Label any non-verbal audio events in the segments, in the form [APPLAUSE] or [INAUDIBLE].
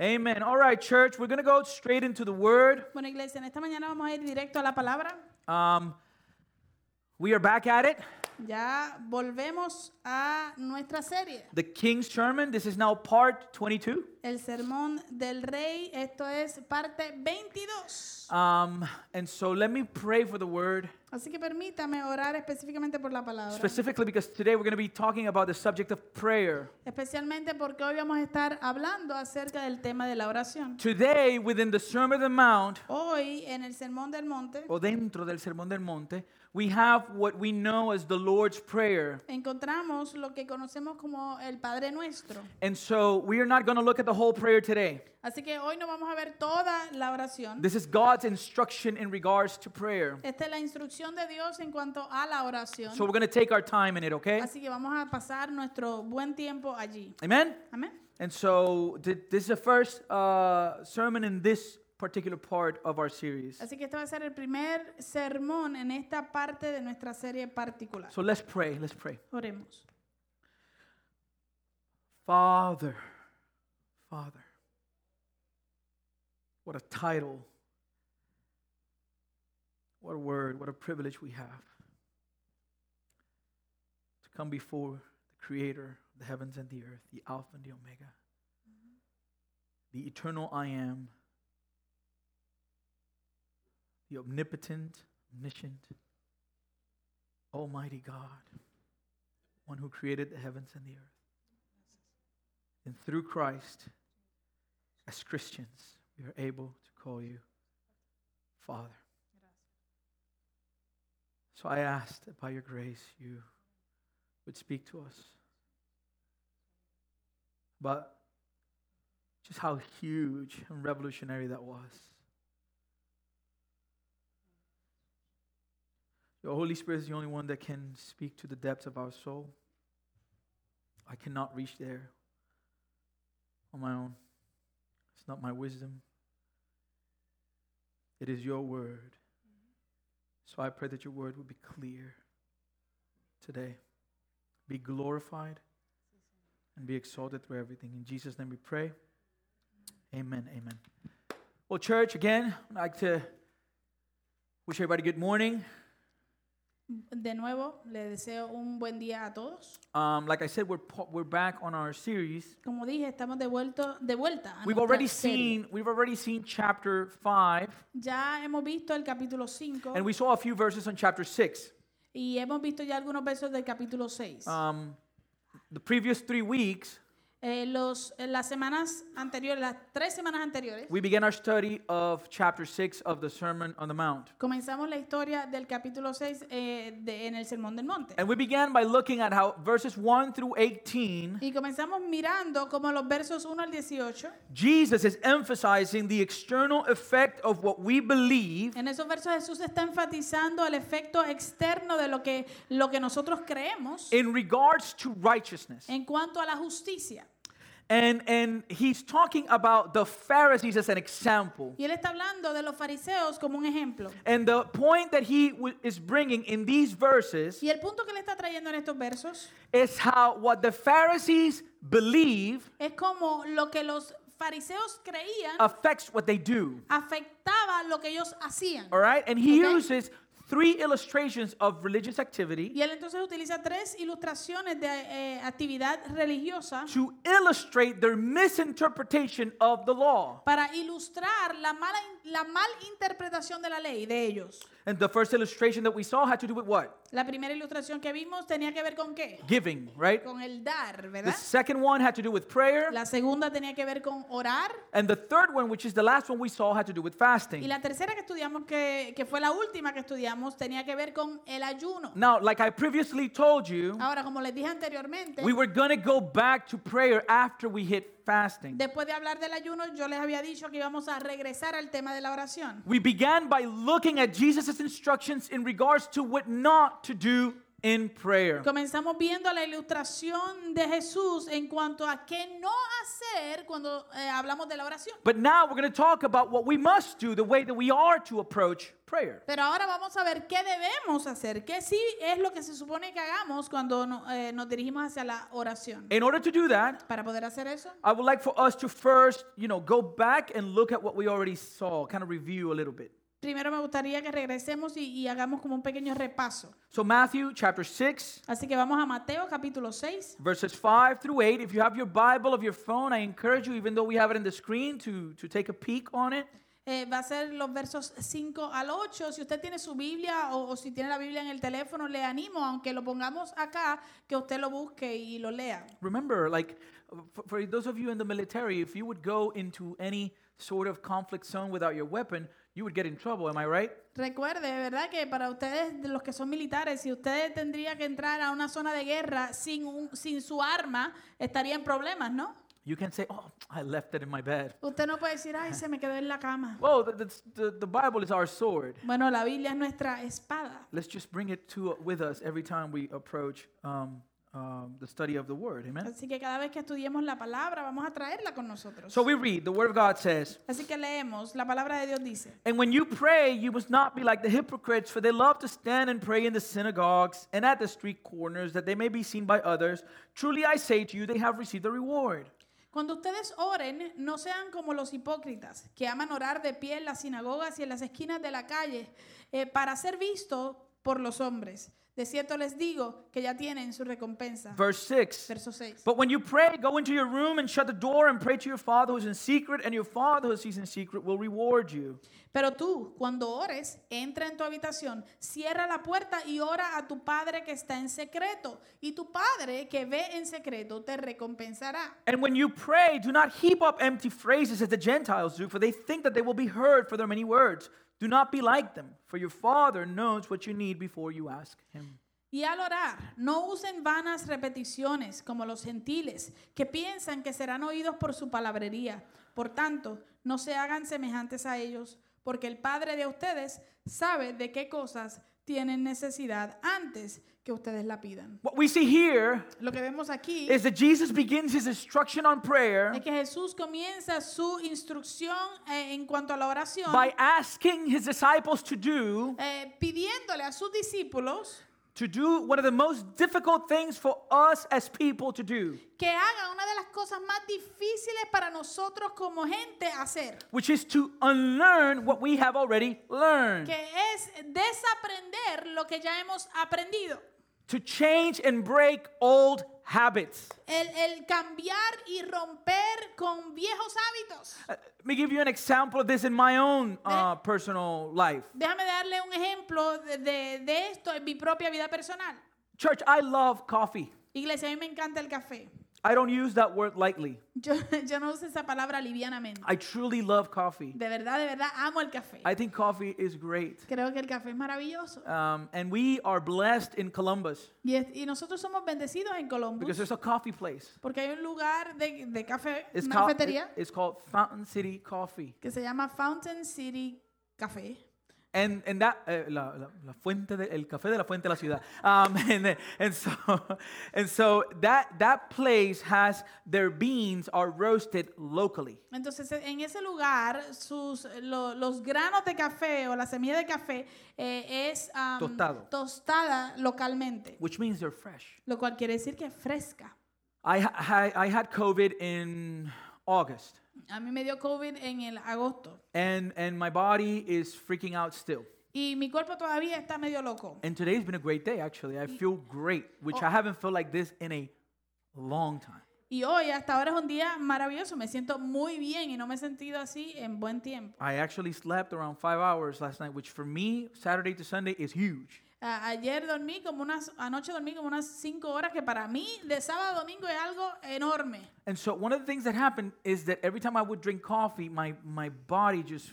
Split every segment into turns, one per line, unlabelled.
Amen. All right, church, we're going to go straight into the word.
Bueno, iglesia, en esta mañana vamos a ir directo a la palabra.
Um, we are back at it.
Ya volvemos a nuestra serie,
The King's Sermon. This is now part 22.
el sermón del rey. Esto es parte 22.
Um, and so let me pray for the word,
Así que permítame orar específicamente por la palabra.
specifically because today we're going to be talking about the subject of prayer.
Especialmente porque hoy vamos a estar hablando acerca del tema de la oración.
Today, within the Sermon of the Mount,
Hoy, en el Sermón del Monte,
o dentro del Sermón del Monte, we have what we know as the Lord's Prayer.
encontramos lo que conocemos como el Padre Nuestro.
And so we are not going to look at the whole prayer today.
Así que hoy no vamos a ver toda la oración.
This is God's instruction in regards to prayer.
Esta es la instrucción de Dios en cuanto a la oración.
So we're going to take our time in it, okay?
Así que vamos a pasar nuestro buen tiempo allí.
Amen?
Amén.
And so th- this is the first uh, sermon in this particular part of our series.
Así que este va a ser el primer sermón en esta parte de nuestra serie particular.
So let's pray. Let's pray.
Oremos.
Father, Father. What a title. What a word. What a privilege we have to come before the Creator of the heavens and the earth, the Alpha and the Omega, the eternal I am, the omnipotent, omniscient, almighty God, one who created the heavens and the earth and through Christ, as Christians, we are able to call you Father. So I ask that by your grace you would speak to us about just how huge and revolutionary that was. Your Holy Spirit is the only one that can speak to the depths of our soul. I cannot reach there on my own. It's not my wisdom. It is your word. So I pray that your word would be clear today. Be glorified and be exalted through everything. In Jesus' name we pray. Amen. Amen. Well, church, again, I'd like to wish everybody good morning.
De nuevo, le deseo un buen día a todos.
Um, like I said, we're, po- we're back on our series.
Como dije, estamos de, vuelto- de vuelta. A
We've
nuestra
already
serie.
seen we've already seen chapter five,
Ya hemos visto el capítulo 5
and we saw a few verses on chapter six.
y hemos visto ya algunos versos del capítulo 6.
Um, the previous three weeks,
Eh, los, en las semanas anteriores, las tres semanas anteriores,
we began our study of chapter 6 of the Sermon on the Mount.
comenzamos la historia del capítulo 6 en el Sermón del Monte.
And we began by looking at how verses 1 through 18,
Y comenzamos mirando como los versos 1 al 18.
Jesus is emphasizing the external effect of what we believe
En esos versos Jesús está enfatizando el efecto externo de lo que, lo que nosotros creemos
in regards to righteousness.
en cuanto a la justicia.
And, and he's talking about the Pharisees as an example.
Y él está hablando de los fariseos como un ejemplo.
And the point that he w- is bringing in these verses
Y el punto que le está trayendo en estos versos
is how what the Pharisees believe
es como lo que los fariseos creían
affects what they do.
afectaba lo que ellos hacían.
All right? And he
Okay.
uses three illustrations of religious activity
Y él entonces utiliza tres ilustraciones de eh, actividad religiosa
to illustrate their misinterpretation of the law.
para ilustrar la mala, la mal interpretación de la ley de ellos.
And the first illustration that we saw had to do with what?
La primera ilustración que vimos tenía que ver con qué?
Giving, right?
Con el dar,
The
¿verdad?
second one had to do with prayer.
La segunda tenía que ver con orar.
And the third one, which is the last one we saw, had to do with fasting.
Y la tercera que estudiamos, que, que fue la última que estudiamos, tenía que ver con el ayuno.
Now, like I previously told you,
Ahora, como les dije anteriormente,
we were going to go back to prayer after we hit fasting.
después de hablar del ayuno, yo les había dicho que íbamos a regresar al tema de la oración.
We began by looking at Jesus' instructions in regards to what not to do in prayer.
Comenzamos viendo la ilustración de Jesús en cuanto a qué no hacer cuando eh, hablamos de la oración.
But now we're going to talk about what we must do, the way that we are to approach prayer.
Pero ahora vamos a ver qué debemos hacer, qué sí es lo que se supone que hagamos cuando no- eh, nos dirigimos hacia la oración.
In order to do that,
Para poder hacer eso,
I would like for us to first, you know, go back and look at what we already saw, kind of review a little bit.
primero me gustaría que regresemos y, y hagamos como un pequeño repaso.
So Matthew chapter 6,
Así que vamos a Mateo capítulo 6,
verses 5 through 8. If you have your Bible of your phone, I encourage you, even though we have it in the screen, to, to take a peek on it.
eh, va a ser los versos 5 al 8. Si usted tiene su Biblia o, o si tiene la Biblia en el teléfono, le animo, aunque lo pongamos acá, que usted lo busque y lo lea.
Remember, like, for, for those of you in the military, if you would go into any sort of conflict zone without your weapon, you would get in trouble, am I right?
Recuerde, ¿verdad? Que para ustedes, de los que son militares, si ustedes tendría que entrar a una zona de guerra sin, un- sin su arma, estaría en problemas, ¿no?
You can say, oh, I left it in my bed.
Usted no puede decir, ay, se me quedó en la cama.
Well, the, the, the, the Bible is our sword.
Bueno, la Biblia es nuestra espada.
Let's just bring it to with us every time we approach um, um, the study of the Word. Amen.
Así que cada vez que estudiemos la palabra, vamos a traerla con nosotros.
So we read, the Word of God says,
Así que leemos, la palabra de Dios dice.
And when you pray, you must not be like the hypocrites, for they love to stand and pray in the synagogues and at the street corners, that they may be seen by others. Truly I say to you, they have received their reward.
Cuando ustedes oren, no sean como los hipócritas, que aman orar de pie en las sinagogas y en las esquinas de la calle, eh, para ser vistos por los hombres. De cierto les digo que ya tienen su recompensa.
Verse 6.
Verso 6.
But when you pray, go into your room and shut the door and pray to your Father who is in secret, and your Father who sees in secret will reward you.
Pero tú, cuando ores, entra en tu habitación, cierra la puerta y ora a tu Padre que está en secreto. Y tu Padre que ve en secreto te recompensará.
And when you pray, do not heap up empty phrases as the Gentiles do, for they think that they will be heard for their many words. Do not be like them, for your Father knows what you need before you ask Him.
Y al orar, no usen vanas repeticiones como los gentiles, que piensan que serán oídos por su palabrería. Por tanto, no se hagan semejantes a ellos, porque el Padre de ustedes sabe de qué cosas tienen necesidad antes que ustedes la pidan.
What we see here
Lo que vemos aquí
is that Jesus begins his instruction on prayer
es que Jesús comienza su instrucción eh, en cuanto a la oración
by asking his disciples to do
eh, pidiéndole a sus discípulos
to do one of the most difficult things for us as people to do,
que hagan una de las cosas más difíciles para nosotros como gente hacer.
which is to unlearn what we have already learned,
que es desaprender lo que ya hemos aprendido.
to change and break old habits.
El, el cambiar y romper con viejos hábitos.
Uh, Let me give you an example of this in my own uh, personal life.
Déjame darle un ejemplo de, de- de esto en mi propia vida personal.
Church, I love coffee.
Iglesia, a mí me encanta el café.
I don't use that word lightly.
Yo, [LAUGHS] yo no uso esa palabra livianamente.
I truly love coffee.
De verdad, de verdad, amo el café.
I think coffee is great.
Creo que el café es maravilloso.
Um, and we are blessed in Columbus
Y, es- y nosotros somos bendecidos en Colombia
because there's a coffee place.
porque hay un lugar de, de café,
It's,
una
called-
cafetería,
it's called Fountain City Coffee.
que se llama Fountain City Café.
And, and that, eh, la, la, la fuente de, el café de la fuente de la ciudad. Um, [LAUGHS] and, then- and so, [LAUGHS] and so that, that place has their beans are roasted locally.
Entonces, e- en ese lugar, sus, lo- los granos de café o la semilla de café eh, es am,
Tostado.
tostada localmente,
which means they're fresh.
lo cual quiere decir que es fresca.
I, ha- ha- I had COVID in August,
A mí me dio COVID en el agosto
and, and my body is freaking out still.
y mi cuerpo todavía está medio loco.
And today's been a great day, actually. I feel great, which I haven't felt like this in a long time.
Y hoy, hasta ahora, es un día maravilloso. Me siento muy bien y no me he sentido así en buen tiempo.
I actually slept around five hours last night, which for me, Saturday to Sunday is huge.
A- ayer dormí como unas, anoche dormí como unas cinco horas, que para mí de sábado a domingo es algo enorme.
And so one of the things that happened is that every time I would drink coffee, my, my body just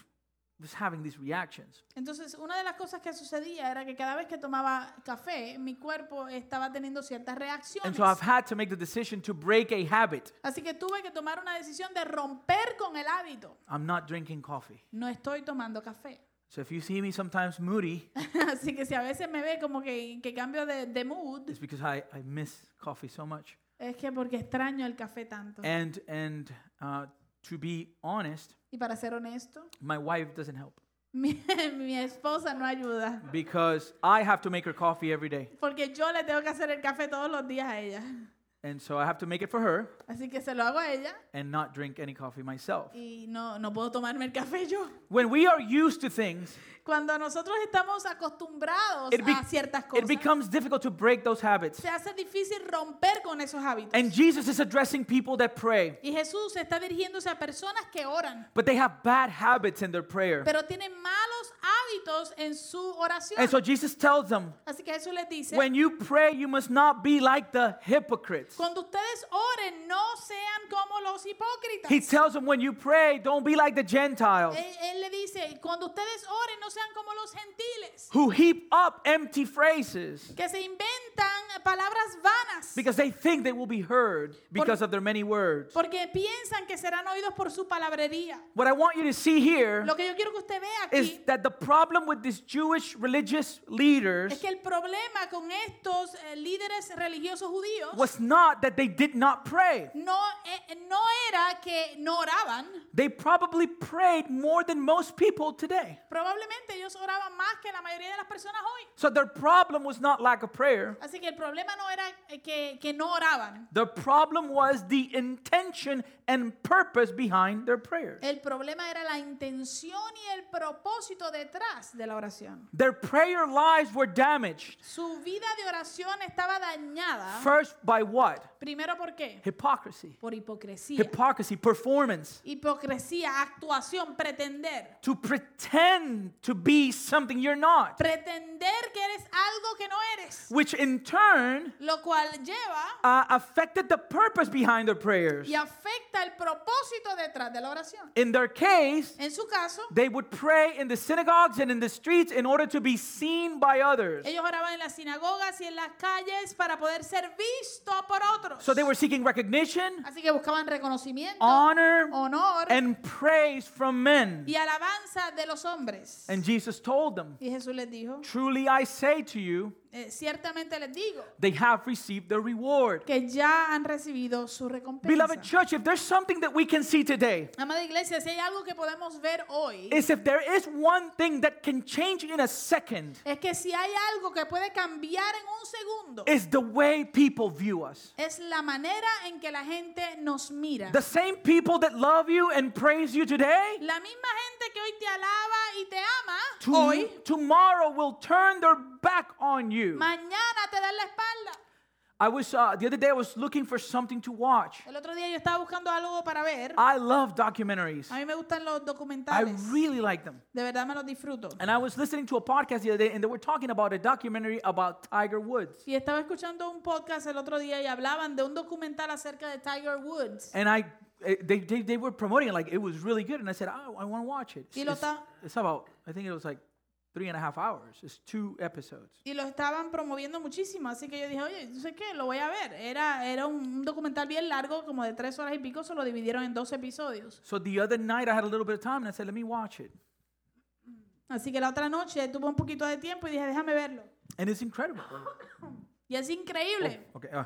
was having these reactions.
Entonces, una de las cosas que sucedía era que cada vez que tomaba café, mi cuerpo estaba teniendo ciertas
And
reacciones.
so I've had to make the decision to break a habit.
Así que tuve que tomar una decisión de romper con el hábito.
I'm not drinking coffee.
No estoy tomando café. [LAUGHS]
So if you see me sometimes moody,
Así que si a veces me ve como que, que cambio de, de mood,
it's because I, I miss coffee so much.
es que porque extraño el café tanto.
And and uh, to be honest,
Y para ser honesto, [LAUGHS]
my wife doesn't help
mi, mi esposa no ayuda.
because I have to make her coffee every day,
Porque yo le tengo que hacer el café todos los días a ella.
and so I have to make it for her
Así que se lo hago a ella
and not drink any coffee myself.
y no, no puedo tomarme el café yo.
When we are used to things,
Cuando nosotros estamos acostumbrados
It be-
a ciertas
it
cosas,
becomes difficult to break those habits.
se hace difícil romper con esos hábitos.
And Jesus is addressing people that pray,
y Jesús está dirigiéndose a personas que oran,
but they have bad habits in their prayer.
pero tienen malos hábitos en su oración.
And so Jesus tells them,
Así que Jesús les dice,
when you pray, you must not be like the hypocrites.
cuando ustedes oren, no sean como los
He
hipócritas.
tells them, when you pray, don't be like the Gentiles
Él, él le dice, cuando ustedes oren, no sean como los gentiles,
who heap up empty phrases
que se inventan palabras vanas,
because they think they will be heard because of their many words.
porque piensan que serán oídos por su palabrería.
What I want you to see here
Lo que yo quiero que usted vea
is
aquí
that the problem with these Jewish religious leaders
es que el problema con estos eh, líderes religiosos judíos
was not that they did not pray.
no, eh, no era que no oraban,
They probably prayed more than most people today.
probablemente ellos oraban más que la mayoría de las personas hoy.
So their problem was not lack of prayer.
Así que el problema no era eh, que, que no oraban.
The problem was the intention and purpose behind their prayers.
El problema era la intención y el propósito detrás de la oración.
Their prayer lives were damaged.
Su vida de oración estaba dañada.
First, by what?
Primero, ¿por qué?
Hypocrisy.
Por hipocresía.
Hypocrisy, performance.
Hipocresía, actuación, pretender.
To pretend to be something you're not,
Pretender que eres algo que no eres.
which in turn
Lo cual lleva
uh, affected the purpose behind their prayers.
y afecta el propósito detrás de la oración.
In their case,
En su caso,
they would pray in the synagogues and in the streets in order to be seen by others.
ellos oraban en las sinagogas y en las calles para poder ser visto por otros.
So they were seeking recognition,
Así que buscaban reconocimiento,
honor,
honor
and praise from men.
y alabanza de los hombres.
And Jesus told them,
Y Jesús les dijo,
Truly I say to you,
eh, ciertamente les digo
they have received their reward.
que ya han recibido su
Beloved
recompensa.
church, if there's something that we can see today,
Amada iglesia, si hay algo que podemos ver hoy,
is if there is one thing that can change in a second,
es que si hay algo que puede cambiar en un segundo,
is the way people view us.
es la manera en que la gente nos mira.
The same people that love you and praise you today,
La misma gente que hoy te alaba y te ama,
to-
hoy,
tomorrow will turn their back on you.
mañana te dan la espalda.
I was uh, the other day I was looking for something to watch.
El otro día yo estaba buscando algo para ver.
I love documentaries.
A mí me gustan los
I
documentales.
really like them.
De verdad me los disfruto.
And I was listening to a podcast the other day, and they were talking about a documentary about Tiger Woods.
Y estaba escuchando un podcast el otro día y hablaban de un documental acerca de Tiger Woods.
And I, eh, they, they, they were promoting it like it was really good, and I said, oh, I want to watch it.
Y
It's,
lo
it's-
ta-
it's about, I think it was like three and a half hours. It's two episodes.
Y lo estaban promoviendo muchísimo, así que yo dije, oye, ¿tú sé qué? Lo voy a ver. Era, era un un documental bien largo, como de tres horas y pico, se lo dividieron en dos episodios.
So the other night I had a little bit of time, and I said, let me watch it.
Así que la otra noche tuve un poquito de tiempo y dije, déjame verlo.
And it's
[LAUGHS]
incredible.
Y es increíble.
okay. uh,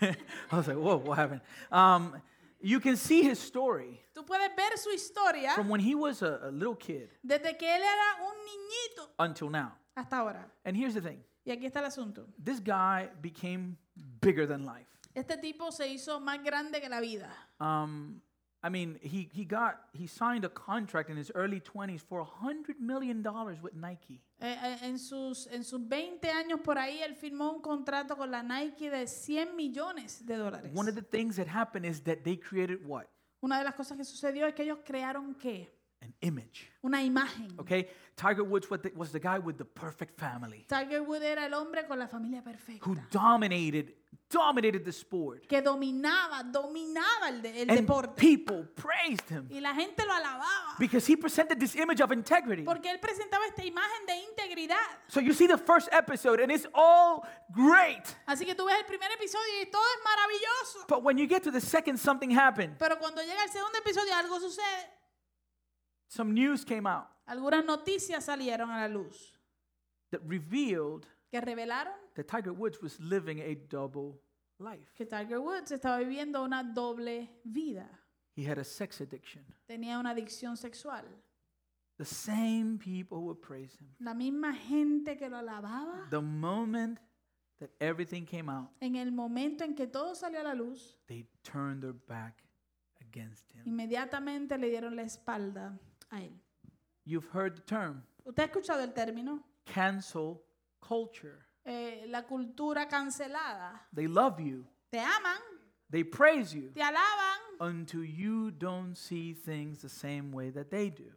[LAUGHS] I was like, whoa, what happened? Um, you can see his story
Tú puedes ver su historia
from when he was a, a little kid
desde que él era un niñito
until now.
hasta ahora.
And here's the thing
Y aquí está el asunto.
this guy became bigger than life.
Este tipo se hizo más grande que la vida.
Um, I mean, he, he got he signed a contract in his early 20s for 100 million dollars with Nike.
Eh, eh, en, sus, en sus 20 años por ahí, él firmó un contrato con la Nike de 100 millones de dólares.
One of the things that happened is that they created what?
Una de las cosas que sucedió es que ellos crearon qué?
An image.
Una imagen.
Okay? Tiger Woods was the, was the guy with the perfect family
Tiger Wood era el hombre con la familia perfecta,
who dominated dominated the sport.
que dominaba, dominaba el, de- el
And
deporte.
people praised him
Y la gente lo alababa,
because he presented this image of integrity.
porque él presentaba esta imagen de integridad.
So you see the first episode and it's all great.
Así que tú ves el primer episodio y todo es maravilloso.
But when you get to the second something happened.
Pero cuando llega el segundo episodio algo sucede.
some news came out
Algunas noticias salieron a la luz
that revealed
que revelaron
that Tiger Woods was living a double life.
que Tiger Woods estaba viviendo una doble vida.
He had a sex addiction.
Tenía una adicción sexual.
The same people would praise him.
La misma gente que lo alababa,
The moment that everything came out,
en el momento en que todo salió a la luz,
they turned their back against him.
inmediatamente le dieron la espalda a él.
You've heard the term
¿Usted ha escuchado el término?
cancel culture.
Eh, la cultura cancelada.
They love you,
Te aman,
they praise you
te alaban,
until you don't see things the same way that they do.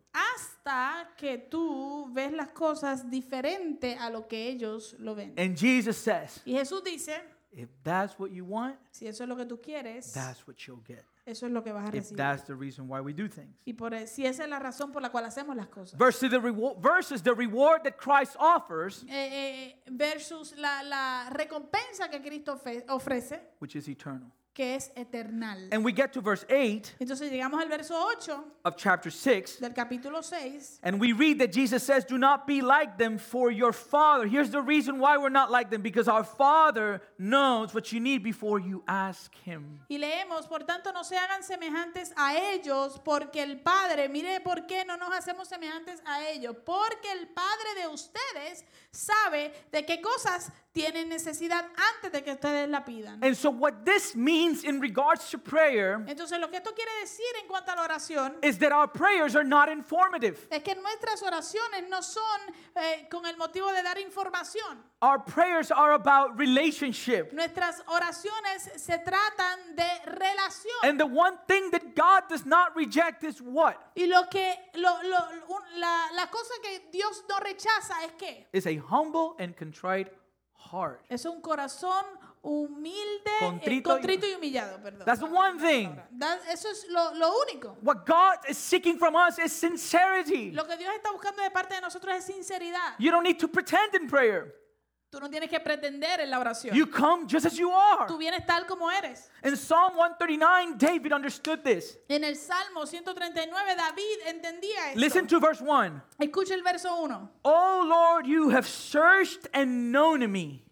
hasta que tú ves las cosas diferente a lo que ellos lo ven.
And Jesus says,
Y Jesús dice,
if that's what you want,
si eso es lo que tú quieres,
that's what you'll get.
eso es lo que vas a
If
recibir.
that's the reason why we do things.
Y por e- si esa es la razón por la cual hacemos las cosas.
Versus the reward versus the reward that Christ offers,
Eh, eh, versus la, la recompensa que Cristo ofe- ofrece,
which is eternal.
que es eternal.
And we get to verse 8
Entonces llegamos al verso 8
of chapter 6
del capítulo 6
And we read that Jesus says, Do not be like them, for your Father. Here's the reason why we're not like them because our Father knows what you need before you ask Him.
y leemos, por tanto no se hagan semejantes a ellos, porque el Padre, mire por qué no nos hacemos semejantes a ellos, porque el Padre de ustedes sabe de qué cosas tienen necesidad antes de que ustedes la pidan.
And so, what this means in regards to prayer
Entonces lo que esto quiere decir en cuanto a la oración
is that our prayers are not informative,
es que nuestras oraciones no son eh, con el motivo de dar información.
our prayers are about relationship.
Nuestras oraciones se tratan de relación.
And the one thing that God does not reject is what?
Y lo que lo- lo- un- la, la cosa que Dios no rechaza es que
Is a humble and contrite heart.
es un corazón humilde, eh,
Contrito y-
contrito y, humillado, perdón.
That's the one thing.
Da- Eso es lo, lo único.
What God is seeking from us is sincerity.
Lo que Dios está buscando de parte de nosotros es sinceridad.
You don't need to pretend in prayer.
Tú no tienes que pretender en la oración.
You come just as you are.
Tú vienes tal como eres.
In Psalm 139, David understood this.
En el Salmo 139 David entendía esto.
Listen to verse 1.
Escucha el verso 1.
Oh Lord, you have searched and known me.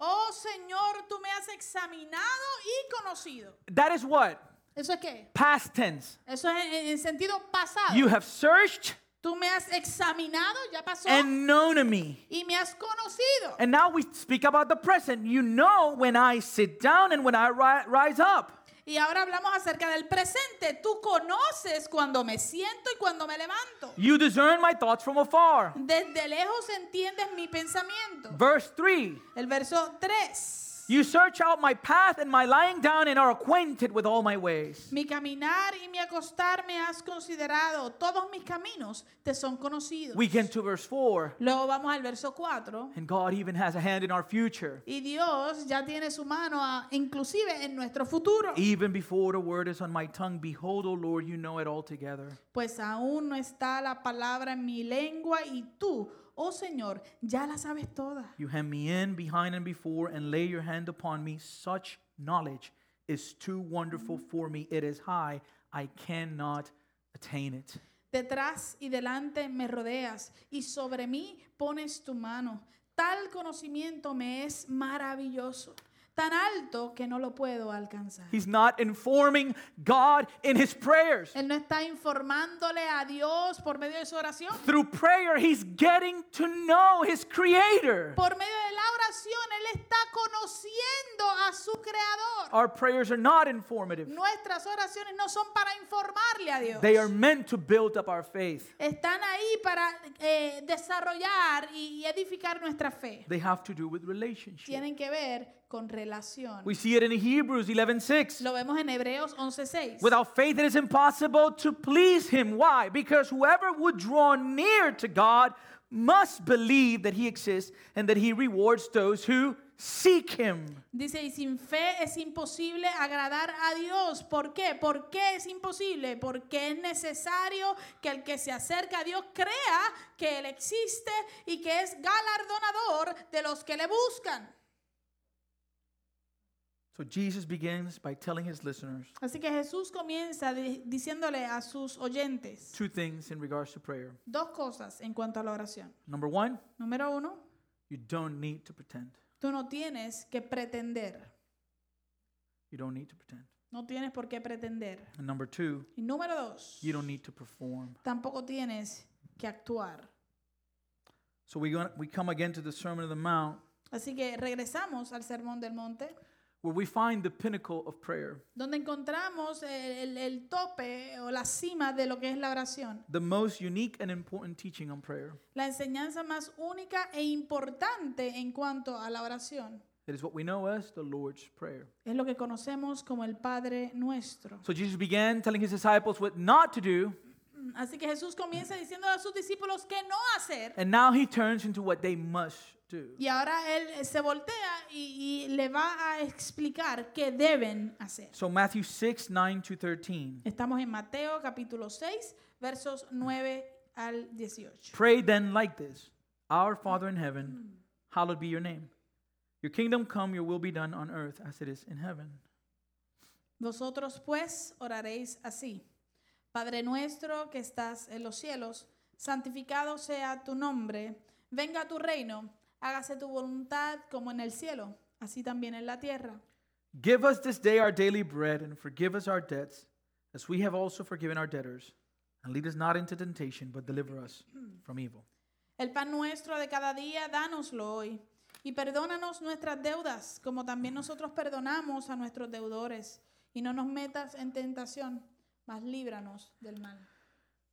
Oh Señor, tú me has examinado y conocido.
That is what?
¿Eso es qué?
Past tense.
Eso es en, en sentido pasado.
You have searched
Tú me has examinado, ya pasó,
and known me.
y me has conocido.
And now we speak about the present. You know when I sit down and when I ri- rise up.
Y ahora hablamos acerca del presente. Tú conoces cuando me siento y cuando me levanto.
You discern my thoughts from afar.
Desde lejos entiendes mi pensamiento.
Verse 3.
El verso 3.
You search out my path and my lying down and are acquainted with all my ways.
Mi caminar y mi acostar me has considerado. Todos mis caminos te son conocidos.
We get to verse 4.
Luego vamos al verso 4.
And God even has a hand in our future.
Y Dios ya tiene su mano a- inclusive en nuestro futuro.
Even before the word is on my tongue, behold, O Lord, you know it altogether.
Pues aún no está la palabra en mi lengua y tú, oh Señor, ya la sabes toda.
You hem me in behind and before and lay your hand upon me. Such knowledge is too wonderful for me. It is high. I cannot attain it.
Detrás y delante me rodeas y sobre mí pones tu mano. Tal conocimiento me es maravilloso, tan alto que no lo puedo alcanzar.
He's not informing God in his prayers.
Él no está informándole a Dios por medio de su oración.
Through prayer, he's getting to know his creator.
Por medio de la oración, Él está conociendo a su creador.
Our prayers are not informative,
Nuestras oraciones no son para informarle a Dios.
they are meant to build up our faith.
Están ahí para eh, desarrollar y edificar nuestra fe.
They have to do with relationship.
Tienen que ver con relación.
We see it in Hebrews 11:6.
Lo vemos en Hebreos 11:6.
Without faith, it is impossible to please him. Why? Because whoever would draw near to God must believe that he exists and that he rewards those who seek him.
Dice, y sin fe es imposible agradar a Dios. ¿Por qué? ¿Por qué es imposible? Porque es necesario que el que se acerca a Dios crea que Él existe y que es galardonador de los que le buscan.
So So Jesus begins by telling his listeners
Así que Jesús comienza di- diciéndole a sus oyentes
two things in regards to prayer.
dos cosas en cuanto a la oración.
Number one,
Número uno,
you don't need to pretend.
tú no tienes que pretender.
You don't need to pretend.
No tienes por qué pretender.
And number two,
Y número dos,
you don't need to perform.
tampoco tienes que actuar.
So we, gonna, we come again to the Sermon on the Mount
Así que regresamos al Sermón del Monte,
where we find the pinnacle of prayer,
donde encontramos el, el tope o la cima de lo que es la oración.
the most unique and important teaching on prayer.
La enseñanza más única e importante en cuanto a la oración
It is what we know as the Lord's Prayer.
es lo que conocemos como el Padre Nuestro.
So Jesus began telling his disciples what not to do,
Así que Jesús comienza diciendo a sus discípulos qué no hacer.
and now he turns into what they must do.
Y ahora él eh, se voltea y, y le va a explicar qué deben hacer.
So Matthew 6, 9 to 13.
Estamos en Mateo capítulo 6, versos 9 al 18.
Pray then like this Our Father in heaven, hallowed be your name. Your kingdom come, your will be done on earth as it is in heaven.
Vosotros pues oraréis así. Padre nuestro que estás en los cielos, santificado sea tu nombre, venga tu reino, hágase tu voluntad como en el cielo, así también en la tierra.
Give us this day our daily bread, and forgive us our debts, as we have also forgiven our debtors. And lead us not into temptation, but deliver us from evil.
El pan nuestro de cada día, dánoslo hoy. Y perdónanos nuestras deudas, como también nosotros perdonamos a nuestros deudores. Y no nos metas en tentación, mas líbranos del mal.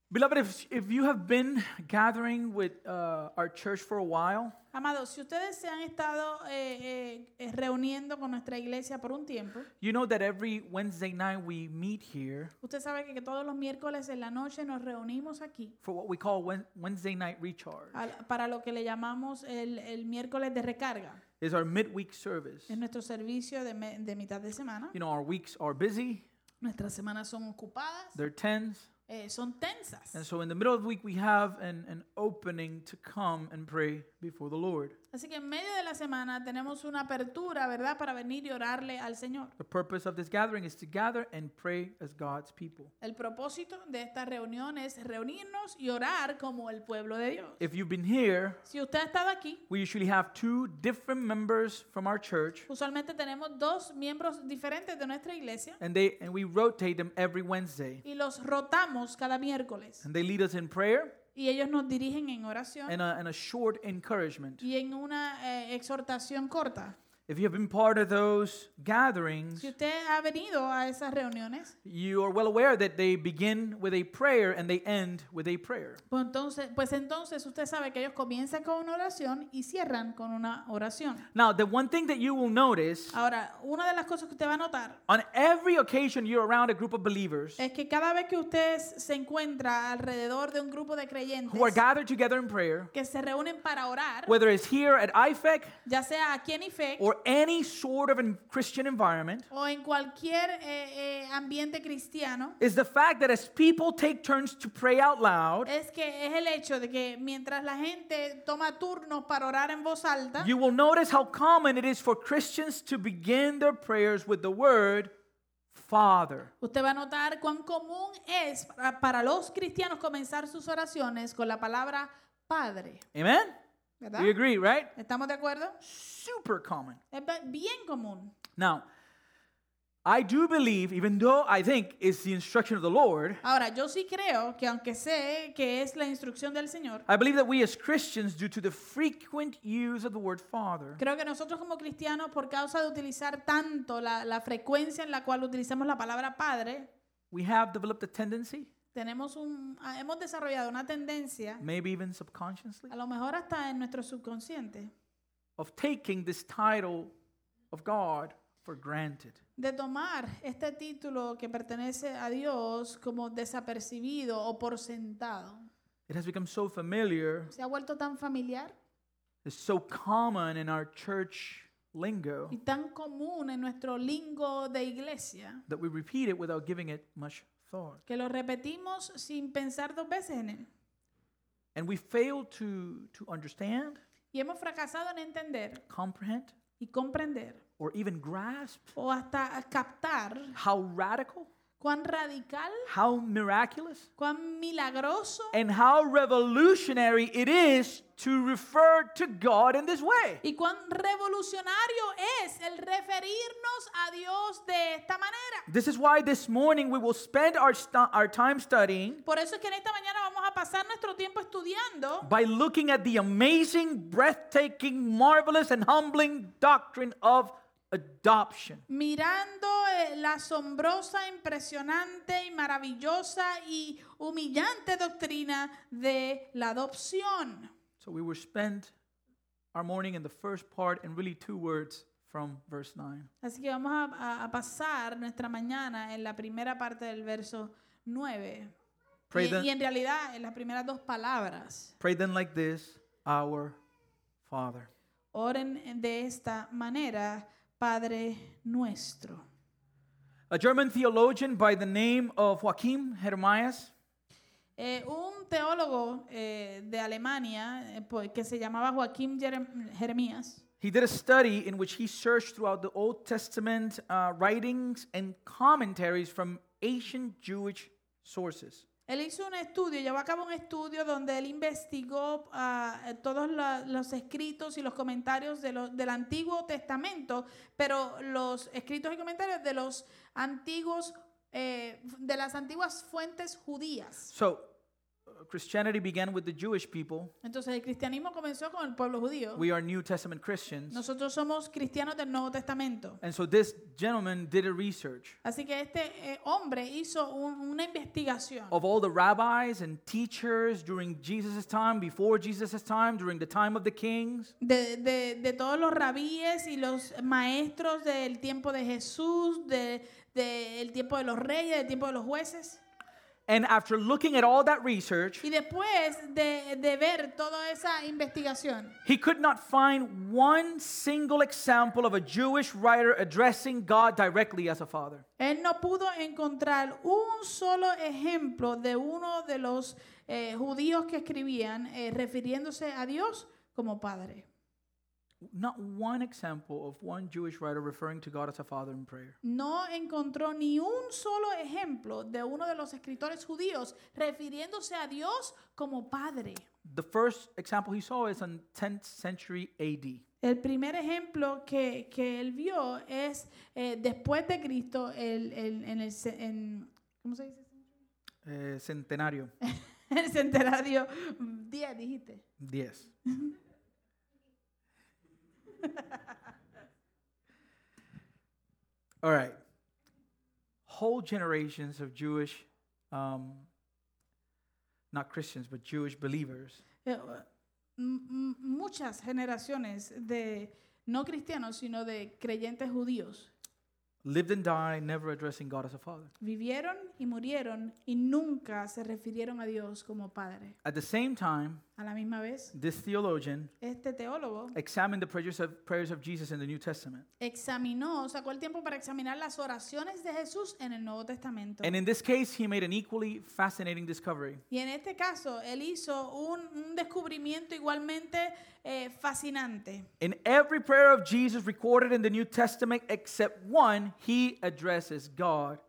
Beloved, if, if you have been gathering with uh, our church for a while,
Amados, si ustedes se han estado eh, eh, eh, reuniendo con nuestra iglesia por un tiempo,
you know that every Wednesday night we meet here
usted sabe que, que todos los miércoles en la noche nos reunimos aquí
for what we call Wen- Wednesday night recharge.
al- para lo que le llamamos el, el miércoles de recarga.
It's our midweek service.
Es nuestro servicio de, me- de mitad de semana.
You know, our weeks are busy,
Nuestras semanas son ocupadas,
they're tense.
eh, son tensas.
And so in the middle of the week, we have an, an opening to come and pray before the Lord.
Así que en medio de la semana tenemos una apertura, ¿verdad?, para venir y orarle al Señor.
The purpose of this gathering is to gather and pray as God's people.
El propósito de esta reunión es reunirnos y orar como el pueblo de Dios.
If you've been here,
Si usted ha estado aquí,
we usually have two different members from our church,
usualmente tenemos dos miembros diferentes de nuestra iglesia
and they and we rotate them every Wednesday.
y los rotamos cada miércoles.
And they lead us in prayer
Y ellos nos dirigen en oración
and a, and a short encouragement.
y en una eh, exhortación corta.
If you have been part of those gatherings,
Si usted ha venido a esas reuniones,
you are well aware that they begin with a prayer and they end with a prayer.
pues entonces, pues entonces usted sabe que ellos comienzan con una oración y cierran con una oración.
Now, the one thing that you will notice
Ahora, una de las cosas que usted va a notar
on every occasion you're around a group of believers
es que cada vez que usted s- se encuentra alrededor de un grupo de creyentes
who are gathered together in prayer,
que se reúnen para orar,
whether it's here at E IFEC
ya sea aquí en IFEC
or any sort of an Christian environment,
o en cualquier eh, eh, ambiente cristiano,
is the fact that as people take turns to pray out loud,
es que es el hecho de que mientras la gente toma turnos para orar en voz alta,
you will notice how common it is for Christians to begin their prayers with the word Father.
usted va a notar cuán común es para, para los cristianos comenzar sus oraciones con la palabra Padre,
Amen?
¿verdad?
You agree, right?
¿Estamos de acuerdo?
Super common.
Es ba- bien común.
Now, I do believe, even though I think it's the instruction of the Lord,
Ahora, yo sí creo que aunque sé que es la instrucción del Señor,
I believe that we as Christians, due to the frequent use of the word Father,
creo que nosotros como cristianos, por causa de utilizar tanto la, la frecuencia en la cual utilizamos la palabra Padre,
we have developed a tendency,
tenemos un, ah, hemos desarrollado una tendencia,
maybe even subconsciously,
a lo mejor hasta en nuestro subconsciente,
of taking this title of God for granted.
de tomar este título que pertenece a Dios como desapercibido o por sentado.
It has become so familiar,
Se ha vuelto tan familiar
it's so common in our church lingo
y tan común en nuestro lingo de iglesia
that we repeat it without giving it much thought.
que lo repetimos sin pensar dos veces en él.
And we fail to, to understand,
Y hemos fracasado en entender,
comprehend,
y comprender
or even grasp
o hasta captar
how radical,
cuán radical,
how miraculous,
cuán milagroso
and how revolutionary it is to refer to God in this way.
y cuán revolucionario es el referirnos a Dios de esta manera.
This is why this morning we will spend our, stu- our time studying
Por eso es que en esta mañana vamos a pasar nuestro tiempo estudiando
by looking at the amazing, breathtaking, marvelous, and humbling doctrine of adoption.
mirando eh, la asombrosa, impresionante y maravillosa y humillante doctrina de la adopción.
So we will spend our morning in the first part and really two words from verse 9.
Así que vamos a, a- a pasar nuestra mañana en la primera parte del verso 9. Y,
Pray then,
y en realidad en las primeras dos palabras.
pray then like this, our Father.
Oren de esta manera, Padre nuestro.
A German theologian by the name of Joachim Hermias
Eh, un teólogo eh, de Alemania eh, po- que se llamaba Joaquín Jerem- Jeremías
He did a study in which he searched throughout the Old Testament uh, writings and commentaries from ancient Jewish sources.
Él hizo un estudio, llevó a cabo un estudio donde él investigó ah, eh, todos la- los escritos y los comentarios de lo- del Antiguo Testamento, pero los escritos y comentarios de los antiguos, eh, de las antiguas fuentes judías.
So, uh, Christianity began with the Jewish people.
Entonces el cristianismo comenzó con el pueblo judío.
We are New Testament Christians.
Nosotros somos cristianos del Nuevo Testamento.
And so, this gentleman did a research
Así que este eh, hombre hizo un- una investigación
of all the rabbis and teachers during Jesus' time, before Jesus' time, during the time of the kings.
de, de- de todos los rabíes y los maestros del tiempo de Jesús, del de, el tiempo de los reyes, del tiempo de los jueces.
And after looking at all that research,
Y después de, de ver toda esa investigación,
He could not find one single example of a Jewish writer addressing God directly as a father.
él no pudo encontrar un solo ejemplo de uno de los eh, judíos que escribían eh, refiriéndose a Dios como Padre.
Not one example of one Jewish writer referring to God as a father in prayer.
no encontró ni un solo ejemplo de uno de los escritores judíos refiriéndose a Dios como Padre.
The first example he saw is in 10th century AD.
El primer ejemplo que, que él vio es eh, después de Cristo el- el- en, el, ce- en- ¿cómo se dice? [LAUGHS]
Eh, centenario.
el centenario 10, dijiste.
10. [LAUGHS] All right. Whole generations of Jewish, um, not Christians, but Jewish believers
Eh, m- m- muchas generaciones de no cristianos, sino de creyentes judíos
lived and died never addressing God as a father.
vivieron y murieron y nunca se refirieron a Dios como Padre.
At the same time,
A la misma vez,
this theologian
este teólogo
examined the prayers of, prayers of Jesus in the New Testament.
examinó, sacó el tiempo para examinar las oraciones de Jesús en el Nuevo Testamento.
And in this case, he made an equally fascinating discovery.
Y en este caso, él hizo un, un descubrimiento igualmente eh, fascinante.
In every prayer of Jesus recorded in the New Testament, except one, he addresses God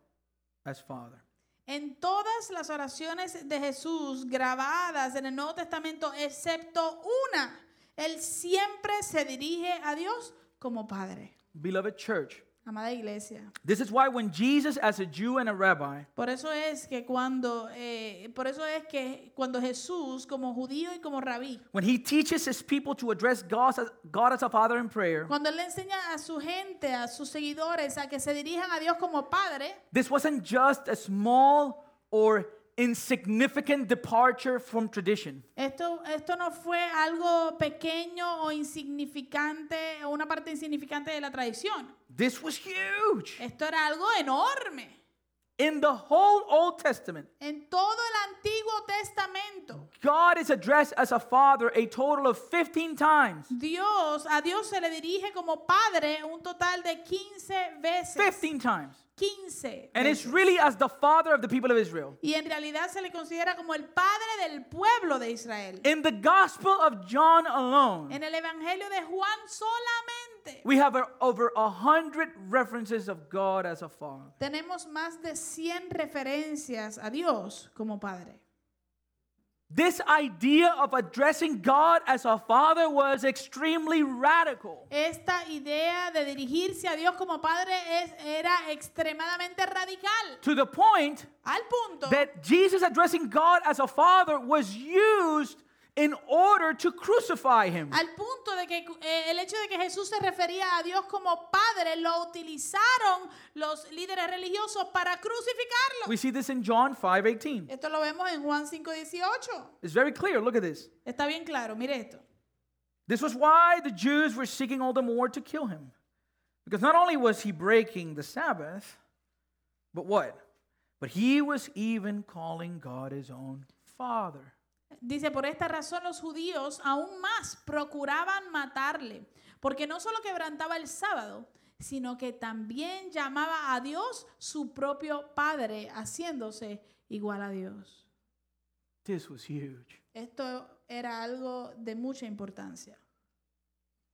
as Father.
En todas las oraciones de Jesús grabadas en el Nuevo Testamento, excepto una, él siempre se dirige a Dios como Padre.
Beloved church,
Amada iglesia.
this is why when Jesus, as a Jew and a rabbi,
Por eso es que cuando, eh, por eso es que cuando Jesús, como judío y como rabí,
when he teaches his people to address God as, God as a Father in prayer,
Cuando él le enseña a su gente, a sus seguidores, a que se dirijan a Dios como padre,
This wasn't just a small or insignificant departure from tradition.
esto, esto no fue algo pequeño o insignificante, o una parte insignificante de la tradición.
This was huge.
Esto era algo enorme.
In the whole Old Testament,
En todo el Antiguo Testamento,
God is addressed as a father a total of 15 times.
Dios, a Dios se le dirige como padre un total de 15 veces.
15 times.
15.
And it's
veces.
really as the father of the people of Israel.
Y en realidad se le considera como el padre del pueblo de Israel.
In the Gospel of John alone,
En el Evangelio de Juan solamente gente.
We have a- over a hundred references of God as a father.
Tenemos más de 100 referencias a Dios como Padre.
This idea of addressing God as a father was extremely radical.
Esta idea de dirigirse a Dios como Padre es, era extremadamente radical,
To the point
al punto
that Jesus addressing God as a father was used in order to crucify him.
Al punto de que eh, el hecho de que Jesús se refería a Dios como Padre lo utilizaron los líderes religiosos para crucificarlo.
We see this in John 5:18.
Esto lo vemos en Juan 5:18.
It's very clear. Look at this.
Está bien claro, mire esto.
This was why the Jews were seeking all the more to kill him. Because not only was he breaking the Sabbath, but what? But he was even calling God his own father.
Dice, por esta razón los judíos aún más procuraban matarle, porque no solo quebrantaba el sábado, sino que también llamaba a Dios su propio Padre, haciéndose igual a Dios.
This was huge.
Esto era algo de mucha importancia.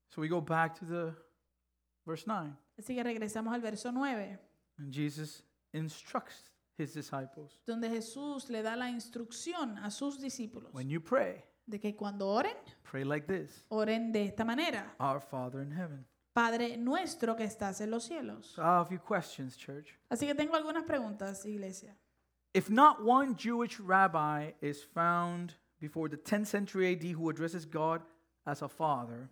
So we go back to the verse 9.
Así que regresamos al verso 9,
And Jesus instructs his disciples
donde Jesús le da la instrucción a sus discípulos
when you pray,
de que cuando oren,
pray like this
oren de esta manera.
Our Father in heaven.
Padre nuestro que estás en los cielos.
So I have a few questions, church.
Así que tengo algunas preguntas, iglesia.
If not one Jewish rabbi is found before the 10th century AD who addresses God as a father,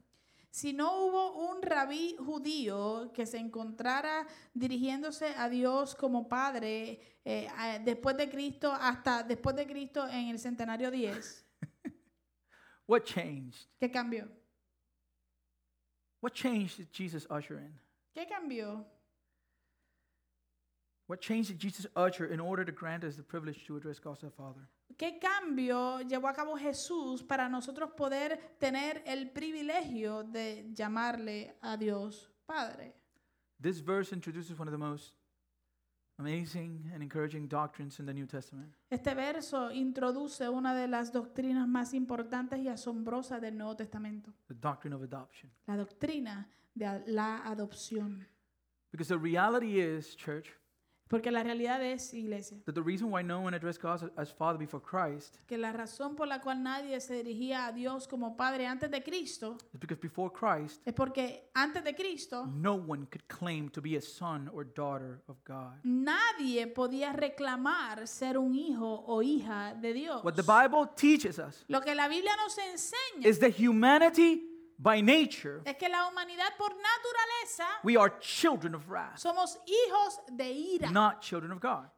Si no hubo un rabí judío que se encontrara dirigiéndose a Dios como Padre eh, a- después de Cristo, hasta después de Cristo en el centenario 10,
what changed?
¿qué cambió?
What change did Jesus usher in?
¿Qué cambió?
What change did Jesus usher in order to grant us the privilege to address God as a father?
¿Qué cambio llevó a cabo Jesús para nosotros poder tener el privilegio de llamarle a Dios Padre?
This verse introduces one of the most amazing and encouraging doctrines in the New Testament.
Este verso introduce una de las doctrinas más importantes y asombrosas del Nuevo Testamento,
the doctrine of adoption.
la doctrina de a- la adopción.
Because the reality is, church,
Porque la realidad es, iglesia,
that the reason why no one addressed God as Father before Christ
que la razón por la cual nadie se dirigía a Dios como Padre antes de Cristo
is because before Christ,
es porque antes de Cristo
no one could claim to be a son or daughter of God.
nadie podía reclamar ser un hijo o hija de Dios.
What the Bible teaches us
Lo que la Biblia nos enseña
is that humanity by nature,
es que la humanidad por naturaleza
we are children of wrath,
somos hijos de ira, no,
not children of God.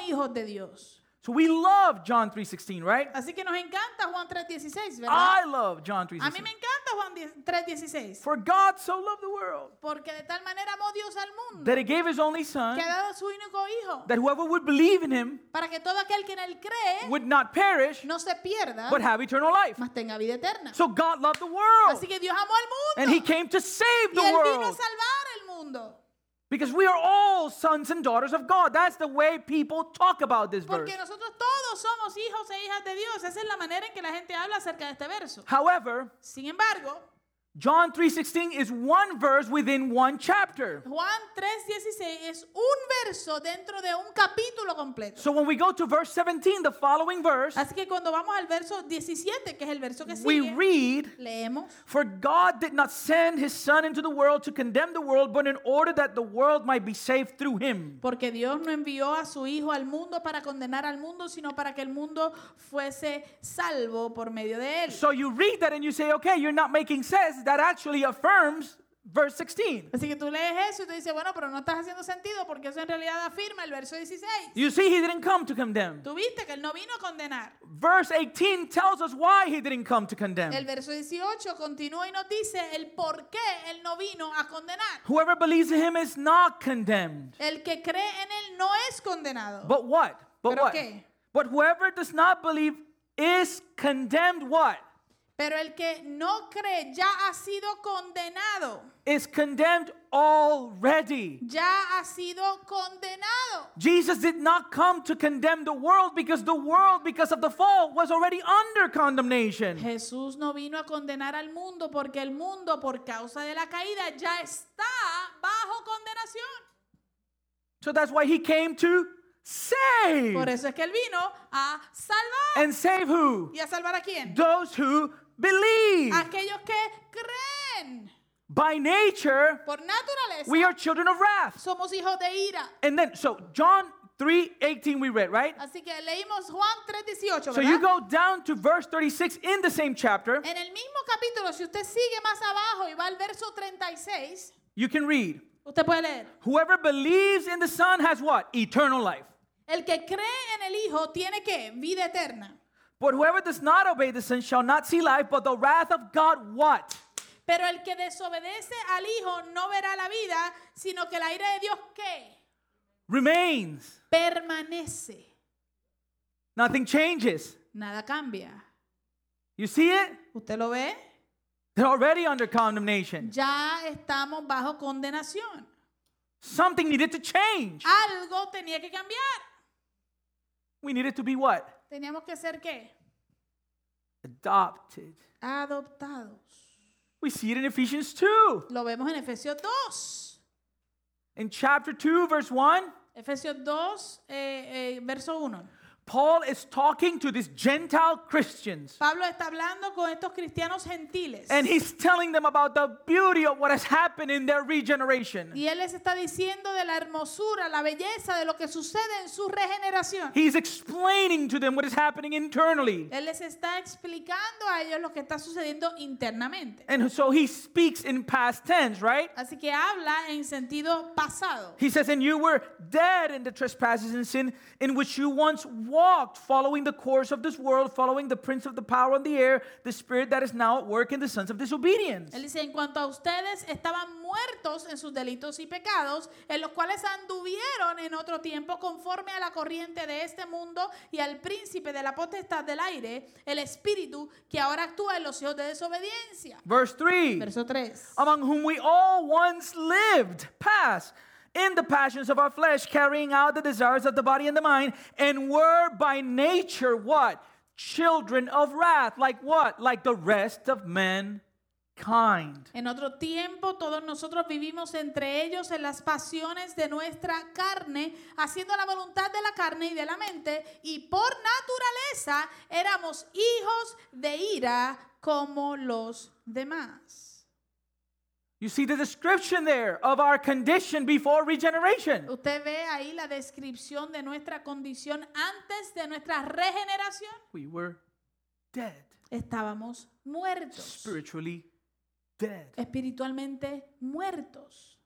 hijos de Dios.
So we love John 3:16, right?
Así que nos encanta Juan 3.16, ¿verdad?
I love John
A mí me
3:16.
encanta Juan 10- 3.16.
For God so loved the world
Porque de tal manera amó Dios al mundo
that he gave his only son
que ha dado a su único hijo
that whoever would believe in him
para que todo aquel que en él cree
would not perish
no se pierda,
but have eternal life.
mas tenga vida eterna.
So God loved the world
Así que Dios amó al
and he
mundo
came to save
y
the
él vino a
world
salvar el mundo.
because we are all sons and daughters of God. That's the way people talk about this verse.
Porque nosotros todos somos hijos e hijas de Dios. Esa es la manera en que la gente habla acerca de este verso.
However,
Sin embargo,
John 3:16 is one verse within one chapter.
Juan 3:16 es un verso dentro de un capítulo completo.
So when we go to verse 17, the following verse,
Así que cuando vamos al verso 17, que es el verso que
we
sigue,
read
leemos.
for God did not send his son into the world to condemn the world, but in order that the world might be saved through him.
Porque Dios no envió a su Hijo al mundo para condenar al mundo, sino para que el mundo fuese salvo por medio de él.
So you read that and you say, okay, you're not making sense. That actually affirms verse 16.
Así que tú lees eso y te dices, bueno, pero no estás haciendo sentido porque eso en realidad afirma el verso 16.
You see, he didn't come to condemn.
Tú viste que él no vino a condenar.
Verse 18 tells us why he didn't come to
El
condemn.
verso 18 continúa y nos dice el por qué él no vino a condenar.
Whoever believes in him is not condemned.
El que cree en él no es condenado.
But what? But
Pero
what?
qué?
But whoever does not believe is condemned what?
Pero el que no cree ya ha sido condenado.
is condemned already.
Ya ha sido condenado.
Jesus did not come to condemn the world because the world, because of the fall, was already under condemnation.
Jesús no vino a condenar al mundo porque el mundo por causa de la caída ya está bajo condenación.
So that's why he came to
Por
save.
eso es que él vino a salvar.
And save who?
¿Y a salvar a quién?
Those who believe.
Aquellos que creen.
By nature,
Por naturaleza
we are children of wrath.
somos hijos de ira.
And then, so John 3 18, we read, right?
Así que leímos Juan 3:18,
So you
¿verdad?
go down to verse 36 in the same chapter,
En el mismo capítulo, si usted sigue más abajo y va al verso 36,
you can read,
usted puede leer.
Whoever believes in the Son has what? Eternal life.
El que cree en el Hijo tiene que vida eterna.
But whoever does not obey the Son shall not see life, but the wrath of God what?
Pero el que desobedece al Hijo no verá la vida, sino que la ira de Dios que
Remains.
permanece.
Nothing changes.
Nada cambia.
You see it?
¿Usted lo ve?
They're already under condemnation.
Ya estamos bajo condenación.
Something needed to change.
Algo tenía que cambiar.
We needed to be what?
Teníamos que ser qué?
Adopted.
Adoptados.
We see it in Ephesians 2.
Lo vemos en Efesios 2.
In chapter 2, verse 1,
Efesios 2, eh, eh, verso 1.
Paul is talking to these Gentile Christians.
Pablo está hablando con estos cristianos gentiles.
And he's telling them about the beauty of what has happened in their regeneration.
y él les está diciendo de la hermosura, la belleza de lo que sucede en su regeneración.
He's explaining to them what is happening internally.
Él les está explicando a ellos lo que está sucediendo internamente.
And so he speaks in past tense, right?
Así que habla en sentido pasado.
He says, And you were dead in the trespasses and sin in which you once walked, following the course of this world, following the prince of the power of the air, the spirit that is now at work in the sons of disobedience.
Él dice, en cuanto a ustedes estaban muertos en sus delitos y pecados, en los cuales anduvieron en otro tiempo conforme a la corriente de este mundo y al príncipe de la potestad del aire, el espíritu que ahora actúa en los hijos de desobediencia.
Verse 3
Verso 3.
Among whom we all once lived, past, in the passions of our flesh, carrying out the desires of the body and the mind, and were by nature what? Children of wrath. Like what? Like the rest of mankind.
En otro tiempo todos nosotros vivimos entre ellos en las pasiones de nuestra carne, haciendo la voluntad de la carne y de la mente, y por naturaleza éramos hijos de ira como los demás.
You see the description there of our condition before regeneration.
Usted ve ahí la descripción de nuestra condición antes de nuestra regeneración.
We were dead,
Estábamos muertos,
spiritually dead.
espiritualmente muertos.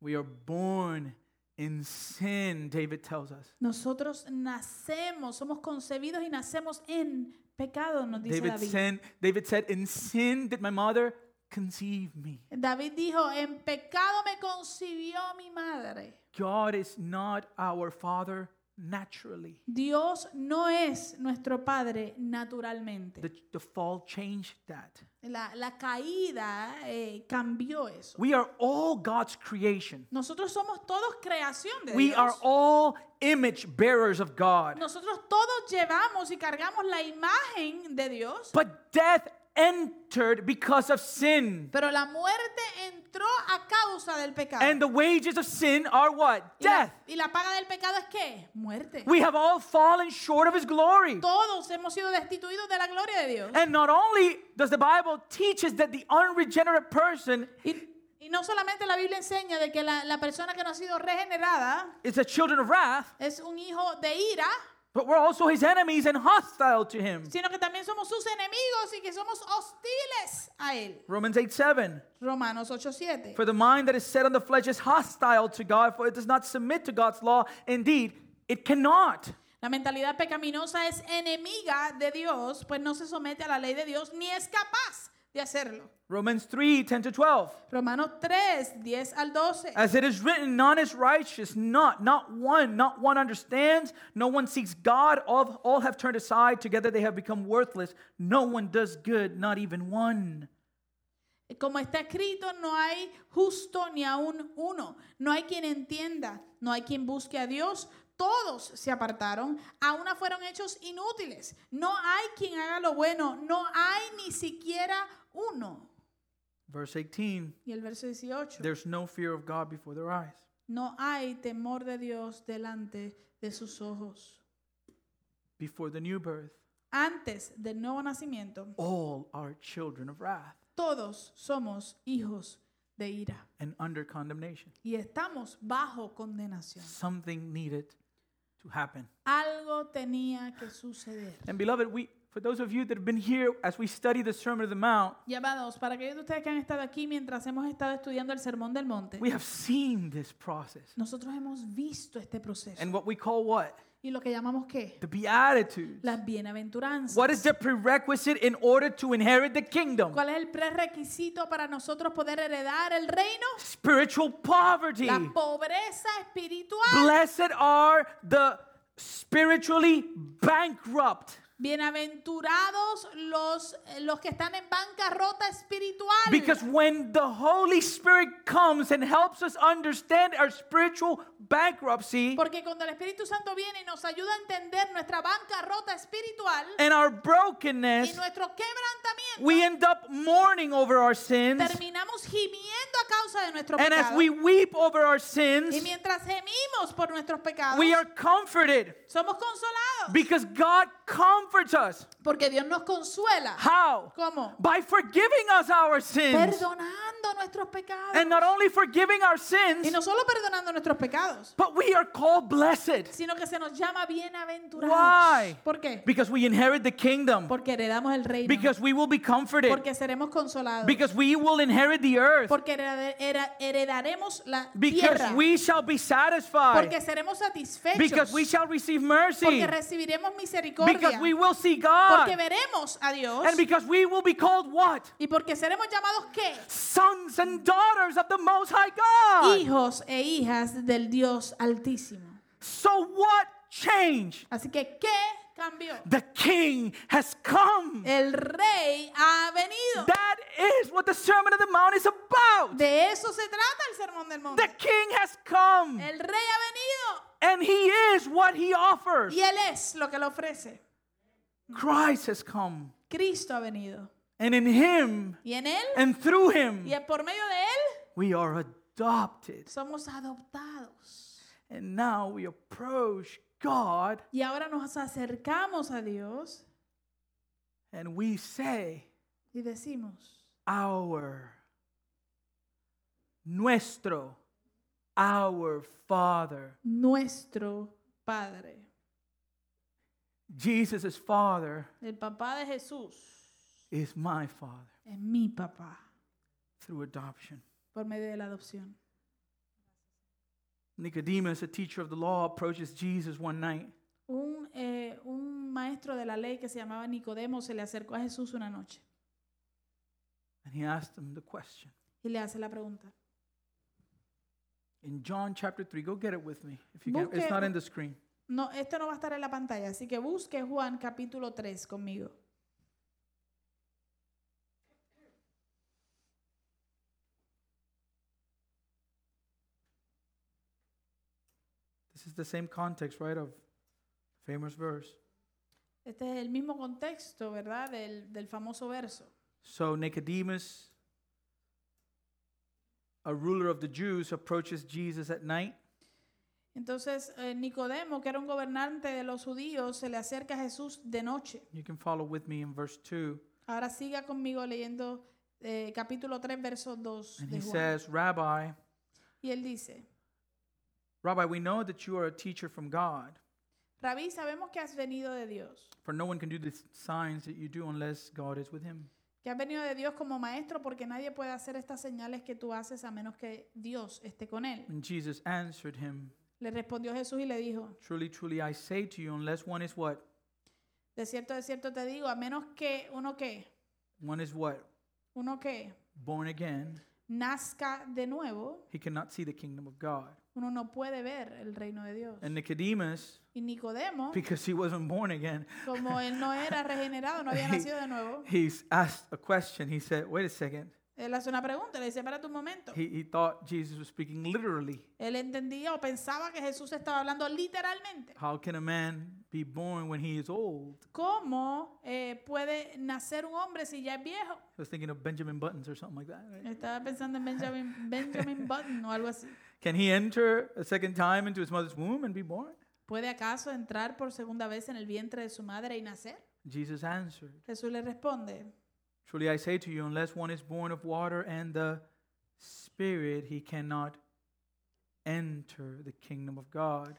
We are born in sin, David tells us.
Nosotros nacemos, somos concebidos y nacemos en pecado, nos dice
David,
David.
sin, David said, In sin did my mother conceive me.
David dijo, en pecado me concibió mi madre.
God is not our father naturally.
Dios no es nuestro Padre naturalmente.
The, the fall changed that.
La, la caída eh, cambió eso.
We are all God's creation.
Nosotros somos todos creación de
We are
Dios.
all image bearers of God.
Nosotros todos llevamos y cargamos la imagen de Dios,
But death entered because of sin.
pero la muerte entró a causa del pecado.
And the wages of sin are what?
y, la,
Death.
y la paga del pecado es qué? Muerte.
We have all fallen short of his glory.
Todos hemos sido destituidos de la gloria de Dios.
And not only does the Bible teach us that the unregenerate person
Y, y no solamente la Biblia enseña de que la, la persona que no ha sido regenerada
is a children of wrath,
es un hijo de ira,
but we're also his enemies and hostile to him.
sino que también somos sus enemigos y que somos hostiles a él.
Romans 8 7.
Romanos 8:7.
For the mind that is set on the flesh is hostile to God, for it does not submit to God's law. Indeed, it cannot.
La mentalidad pecaminosa es enemiga de Dios, pues no se somete a la ley de Dios ni es capaz de de hacerlo.
Romans 3 10 to 12.
Romanos 3, 10 al 12.
As it is written, none is righteous, not, not one, not one understands, no one seeks God, all, all have turned aside, together they have become worthless, no one does good, not even one.
Como está escrito, no hay justo ni aún uno, no hay quien entienda, no hay quien busque a Dios. Todos se apartaron, a una fueron hechos inútiles. No hay quien haga lo bueno, no hay ni siquiera uno.
Verse 18
Y el verso 18.
There's no fear of God before their eyes.
No hay temor de Dios delante de sus ojos.
Before the new birth,
Antes del nuevo nacimiento,
all are children of wrath
todos somos hijos de ira
and under condemnation.
y estamos bajo condenación.
Something needed to happen.
Algo tenía que suceder.
And beloved, we for those of you that have been here as we study the Sermon of the Mount,
Llamados, para aquellos de ustedes que han estado aquí mientras hemos estado estudiando el Sermón del Monte,
we have seen this process.
nosotros hemos visto este proceso
And what we call what?
y lo que llamamos qué?
The Beatitudes.
Las bienaventuranzas.
What is the prerequisite in order to inherit the kingdom?
¿Cuál es el prerequisito para nosotros poder heredar el reino?
Spiritual poverty.
La pobreza espiritual.
Blessed are the spiritually bankrupt
Bienaventurados los, eh, los que están en bancarrota espiritual.
because when the Holy Spirit comes and helps us understand our spiritual bankruptcy
Porque cuando el Espíritu Santo viene y nos ayuda a entender nuestra bancarrota espiritual
and our
y
brokenness,
nuestro quebrantamiento,
we end up mourning over our sins.
terminamos gimiendo a causa de nuestros
And as
pecados.
we weep over our sins,
y mientras gemimos por nuestros pecados,
we are comforted
somos consolados.
because God comforts us.
porque Dios nos consuela.
How?
¿Cómo?
By forgiving us our sins.
Perdonando nuestros pecados.
And not only forgiving our
y
sins,
no solo perdonando nuestros pecados,
but we are called blessed
sino que se nos llama bienaventurados.
Why?
¿Por qué?
because we inherit the kingdom,
Porque heredamos el reino.
because we will be comforted,
porque seremos consolados.
because we will inherit the earth,
porque hereda- hera- heredaremos la tierra.
because we shall be satisfied,
porque seremos satisfechos.
because we shall receive mercy,
porque recibiremos misericordia.
because we will see
porque
God,
veremos a Dios.
and because we will be called what?
y porque seremos llamados ¿qué?
sons and daughters of the Most High God.
Hijos e hijas del Dios Altísimo.
So what changed?
Así que, ¿qué cambió?
The King has come.
El rey ha venido.
That is what the Sermon of the Mount is about.
De eso se trata el Sermón del
The
Monte.
King has come,
El rey ha venido
and He is what He offers.
y él es lo que le ofrece.
Christ has come,
Cristo ha venido.
and in Him
Y en él
and through Him
y por medio de él
we are adopted,
somos adoptados.
and now we approach God,
Y ahora nos acercamos a Dios
and we say,
y decimos,
our nuestro our father
nuestro Padre,
jesus' father
el papá de Jesús,
is my father
es mi papá
through adoption
por medio de la adopción.
nicodemus a teacher of the law approaches jesus one night
Un, eh, un maestro de la ley que se llamaba Nicodemo se le acercó a Jesús una noche
and he asks him the question
y le hace la pregunta.
in john chapter 3 go get it with me if you can it's
Busque-
not in the screen
No, esto no va a estar en la pantalla, así que busque Juan capítulo 3 conmigo.
this is the same context right of famous verse
Este es el mismo contexto, ¿verdad? Del, del famoso verso.
so nicodemus a ruler of the jews approaches jesus at night
Entonces, eh, Nicodemo, que era un gobernante de los judíos, se le acerca a Jesús de noche.
You can follow with me in verse 2.
Ahora siga conmigo leyendo eh, capítulo 3, verso 2
And
de
he
Juan.
says, Rabbi,
Y él dice,
Rabbi, we know that you are a teacher from God,
Rabí, sabemos que has venido de Dios,
for no one can do the signs that you do unless God is with him.
que has venido de Dios como maestro porque nadie puede hacer estas señales que tú haces a menos que Dios esté con él.
And Jesus answered him,
Le respondió Jesús y le dijo,
Truly, truly, I say to you, unless one is what?
de cierto, de cierto te digo, a menos que uno que,
One is what?
uno que
born again,
nazca de nuevo,
he cannot see the kingdom of God.
uno no puede ver el reino de Dios.
And Nicodemus,
Y Nicodemo,
because he wasn't born again,
como él no era regenerado, no había
Hey.
nacido de nuevo,
he's asked a question. He said, Wait a second.
él hace una pregunta, le dice, espérate un momento.
He, he thought Jesus was speaking literally.
Él entendía o pensaba que Jesús estaba hablando literalmente.
How can a man be born when he is old?
¿Cómo eh, puede nacer un hombre si ya es viejo?
I was thinking of Benjamin Buttons or something like that. right?
Estaba pensando en Benjamin, Benjamin Button o algo así.
Can he enter a second time into his mother's womb and be born?
¿Puede acaso entrar por segunda vez en el vientre de su madre y nacer?
Jesus answered,
Jesús le responde,
Truly I say to you, unless one is born of water and the Spirit, he cannot enter the kingdom of God.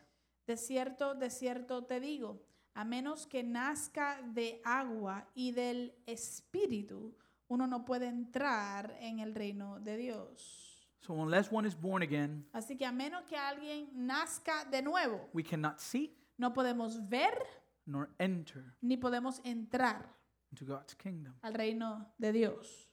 de cierto, de cierto te digo, a menos que nazca de agua y del espíritu, uno no puede entrar en el reino de Dios.
So, unless one is born again,
Así que a menos que alguien nazca de nuevo,
we cannot see
no podemos ver
nor enter
ni podemos entrar
into God's kingdom.
al reino de Dios.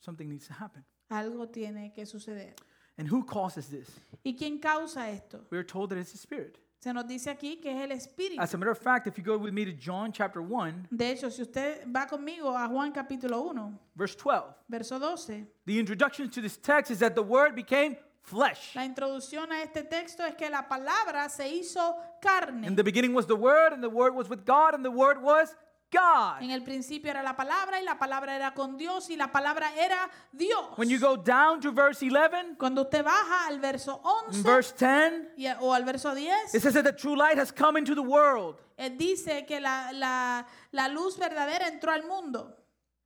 Something needs to happen.
Algo tiene que suceder.
And who causes this?
¿Y quién causa esto?
We are told that it's the Spirit.
Se nos dice aquí que es el espíritu.
As a matter of fact, if you go with me to John chapter 1,
De hecho, si usted va conmigo a Juan capítulo 1,
verse 12,
verso 12,
the introduction to this text is that the Word became flesh.
la introducción a este texto es que la palabra se hizo carne.
In the beginning was the Word, and the Word was with God, and the Word was God.
En el principio era la palabra y la palabra era con Dios y la palabra era Dios.
When you go down to verse 11,
Cuando usted baja al verso
in
11
verse 10,
y a- o al verso
it
10,
says that the true light has come into the world.
eh, dice que la, la- la luz verdadera entró al mundo.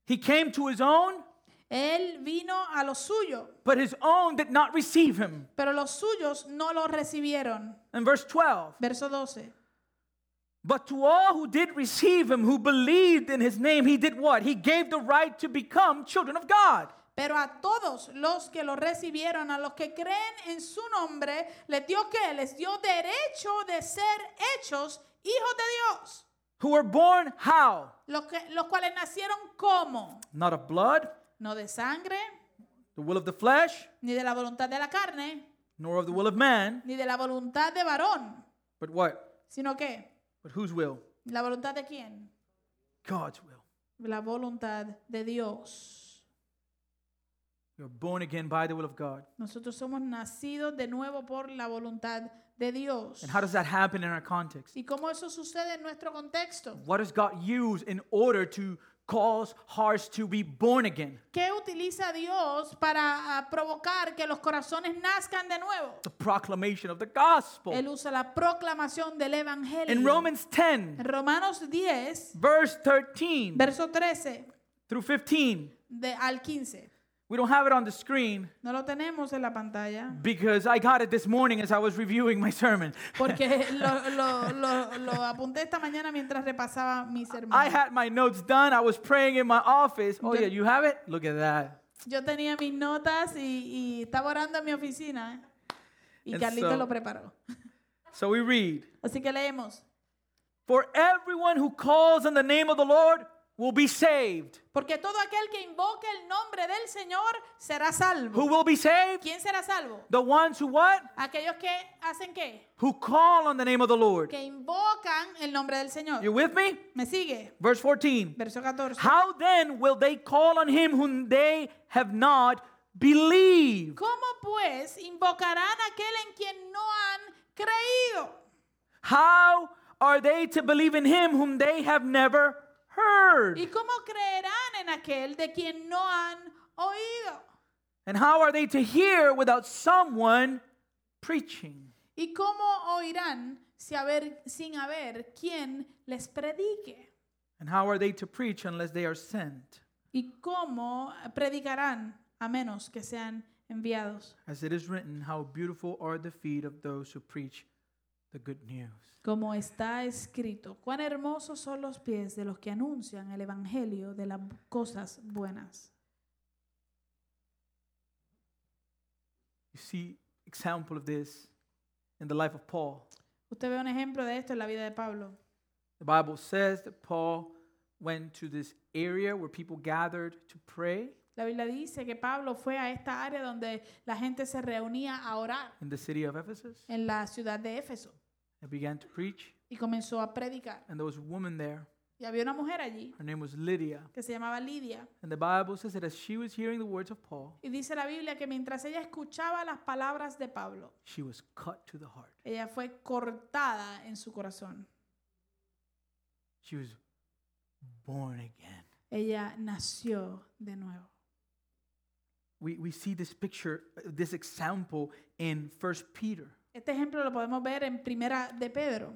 He came to his own,
Él vino a los suyos,
but his own did not receive him.
pero los suyos no lo recibieron.
And verse 12,
Verso 12.
but to all who did receive him, who believed in his name, he did what? He gave the right to become children of God.
Pero a todos los que lo recibieron, a los que creen en su nombre, les dio que les dio derecho de ser hechos hijos de Dios.
Who were born how?
Los, que, los cuales nacieron como,
Not of blood,
no de sangre,
the will of the flesh,
ni de la voluntad de la carne,
nor of the will of man,
ni de la voluntad de varón,
but what?
sino que
But whose will?
la voluntad de quién?
God's will.
La voluntad de Dios.
You're born again by the will of God.
Nosotros somos nacidos de nuevo por la voluntad de Dios.
And how does that happen in our context?
¿Y cómo eso sucede en nuestro contexto?
What does God use in order to cause hearts to be born again?
¿Qué utiliza Dios para ah, provocar que los corazones nazcan de nuevo?
The proclamation of the gospel.
Él usa la proclamación del Evangelio.
In Romans 10,
En Romanos 10,
verse 13
verso 13
through 15,
de, al 15.
we don't have it on the screen
No lo tenemos en la pantalla
because I got it this morning as I was reviewing my sermon. [LAUGHS]
porque lo, lo- lo- lo apunté esta mañana mientras repasaba mis
I
hermanos.
had my notes done. I was praying in my office. Oh,
Yo-
yeah, you have it? Look at that.
Yo tenía mis notas y, y estaba orando en mi oficina eh, y
And
Carlito
so-
lo preparó.
So we read
Así que leemos.
For everyone who calls on the name of the Lord will be saved.
Porque todo aquel que invoque el nombre del Señor será salvo.
Who will be saved?
¿Quién será salvo?
The ones who what?
Aquellos que hacen qué?
Who call on the name of the Lord.
Que invocan el nombre del Señor.
You with me?
¿Me sigue?
Verse 14.
Verso 14.
How then will they call on him whom they have not believed?
¿Cómo pues invocarán a aquel en quien no han creído?
How are they to believe in him whom they have never heard?
¿Y cómo creerán en aquel de quien no han oído?
And how are they to hear without someone preaching?
¿Y cómo oirán si haber- sin haber quien les predique?
And how are they to preach unless they are sent?
¿Y cómo predicarán a menos que sean enviados?
As it is written, how beautiful are the feet of those who preach the good news.
Como está escrito, cuán hermosos son los pies de los que anuncian el Evangelio de las bu- cosas buenas.
You see example of this in the life of Paul.
Usted ve un ejemplo de esto en la vida de Pablo.
The Bible says that Paul went to this area where people gathered to pray.
La Biblia dice que Pablo fue a esta área donde la gente se reunía a orar
in the city of Ephesus
en la ciudad de Éfeso
and began to preach.
y comenzó a predicar.
And there was a woman there.
Y había una mujer allí
Her name was Lydia.
que se llamaba Lidia.
And the Bible says that as she was hearing the words of Paul,
Y dice la Biblia que mientras ella escuchaba las palabras de Pablo,
she was cut to the heart.
ella fue cortada en su corazón.
She was born again.
Ella nació de nuevo.
We, we see this picture, uh, this example in First Peter,
Este ejemplo lo podemos ver en Primera de Pedro,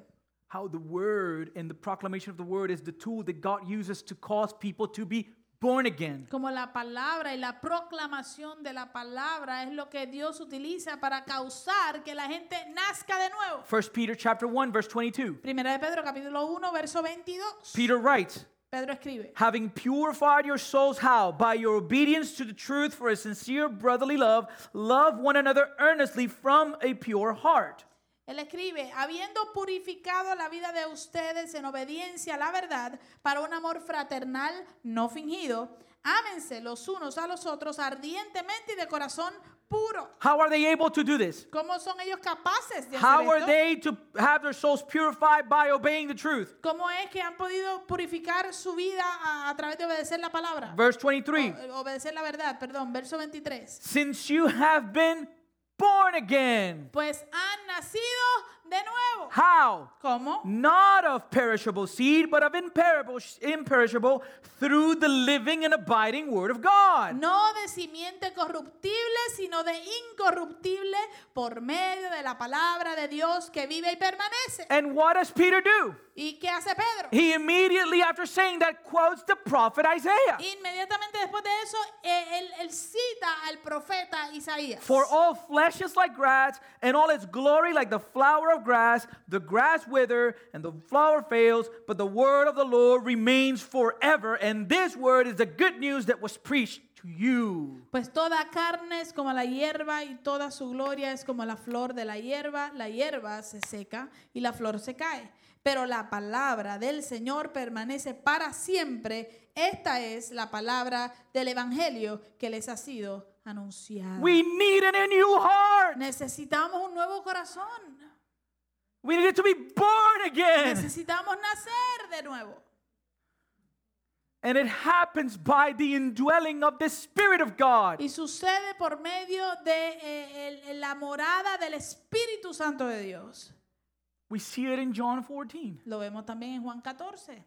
how the word and the proclamation of the word is the tool that God uses to cause people to be born again.
como la palabra y la proclamación de la palabra es lo que Dios utiliza para causar que la gente nazca de nuevo.
First Peter chapter 1 verse 22.
Primera de Pedro capítulo 1, verso 22.
Peter writes,
Pedro escribe,
having purified your souls how by your obedience to the truth for a sincere brotherly love, love one another earnestly from a pure heart.
él escribe, habiendo purificado la vida de ustedes en obediencia a la verdad para un amor fraternal no fingido, ámense los unos a los otros ardientemente y de corazón puro.
How are they able to do this?
¿Cómo son ellos capaces de hacer
How are
esto?
they to have their souls purified by obeying the truth?
¿Cómo es que han podido purificar su vida a, a través de obedecer la palabra?
Verse 23
O- eh, obedecer la verdad, perdón, verso 23.
Since you have been born again.
Pues han nacido de nuevo.
How?
¿Cómo?
Not of perishable seed, but of imperishable, imperishable through the living and abiding word of God.
No de simiente corruptible, sino de incorruptible por medio de la palabra de Dios que vive y permanece.
And what does Peter do?
¿Y qué hace Pedro?
He immediately, after saying that, quotes the prophet Isaiah.
Inmediatamente después de eso, eh, él, él cita al profeta Isaías.
For all flesh is like grass, and all its glory like the flower of grass. The grass wither, and the flower fails, but the word of the Lord remains forever. And this word is the good news that was preached to you.
Pues toda carne es como la hierba y toda su gloria es como la flor de la hierba. La hierba se seca y la flor se cae. Pero la palabra del Señor permanece para siempre. Esta es la palabra del Evangelio que les ha sido anunciada.
We need an- a new heart.
Necesitamos un nuevo corazón.
We need to be born again.
Necesitamos nacer de nuevo.
And it happens by the indwelling of the Spirit of God.
Y sucede por medio de eh, el- la morada del Espíritu Santo de Dios.
We see it in John 14.
Lo vemos también en Juan 14.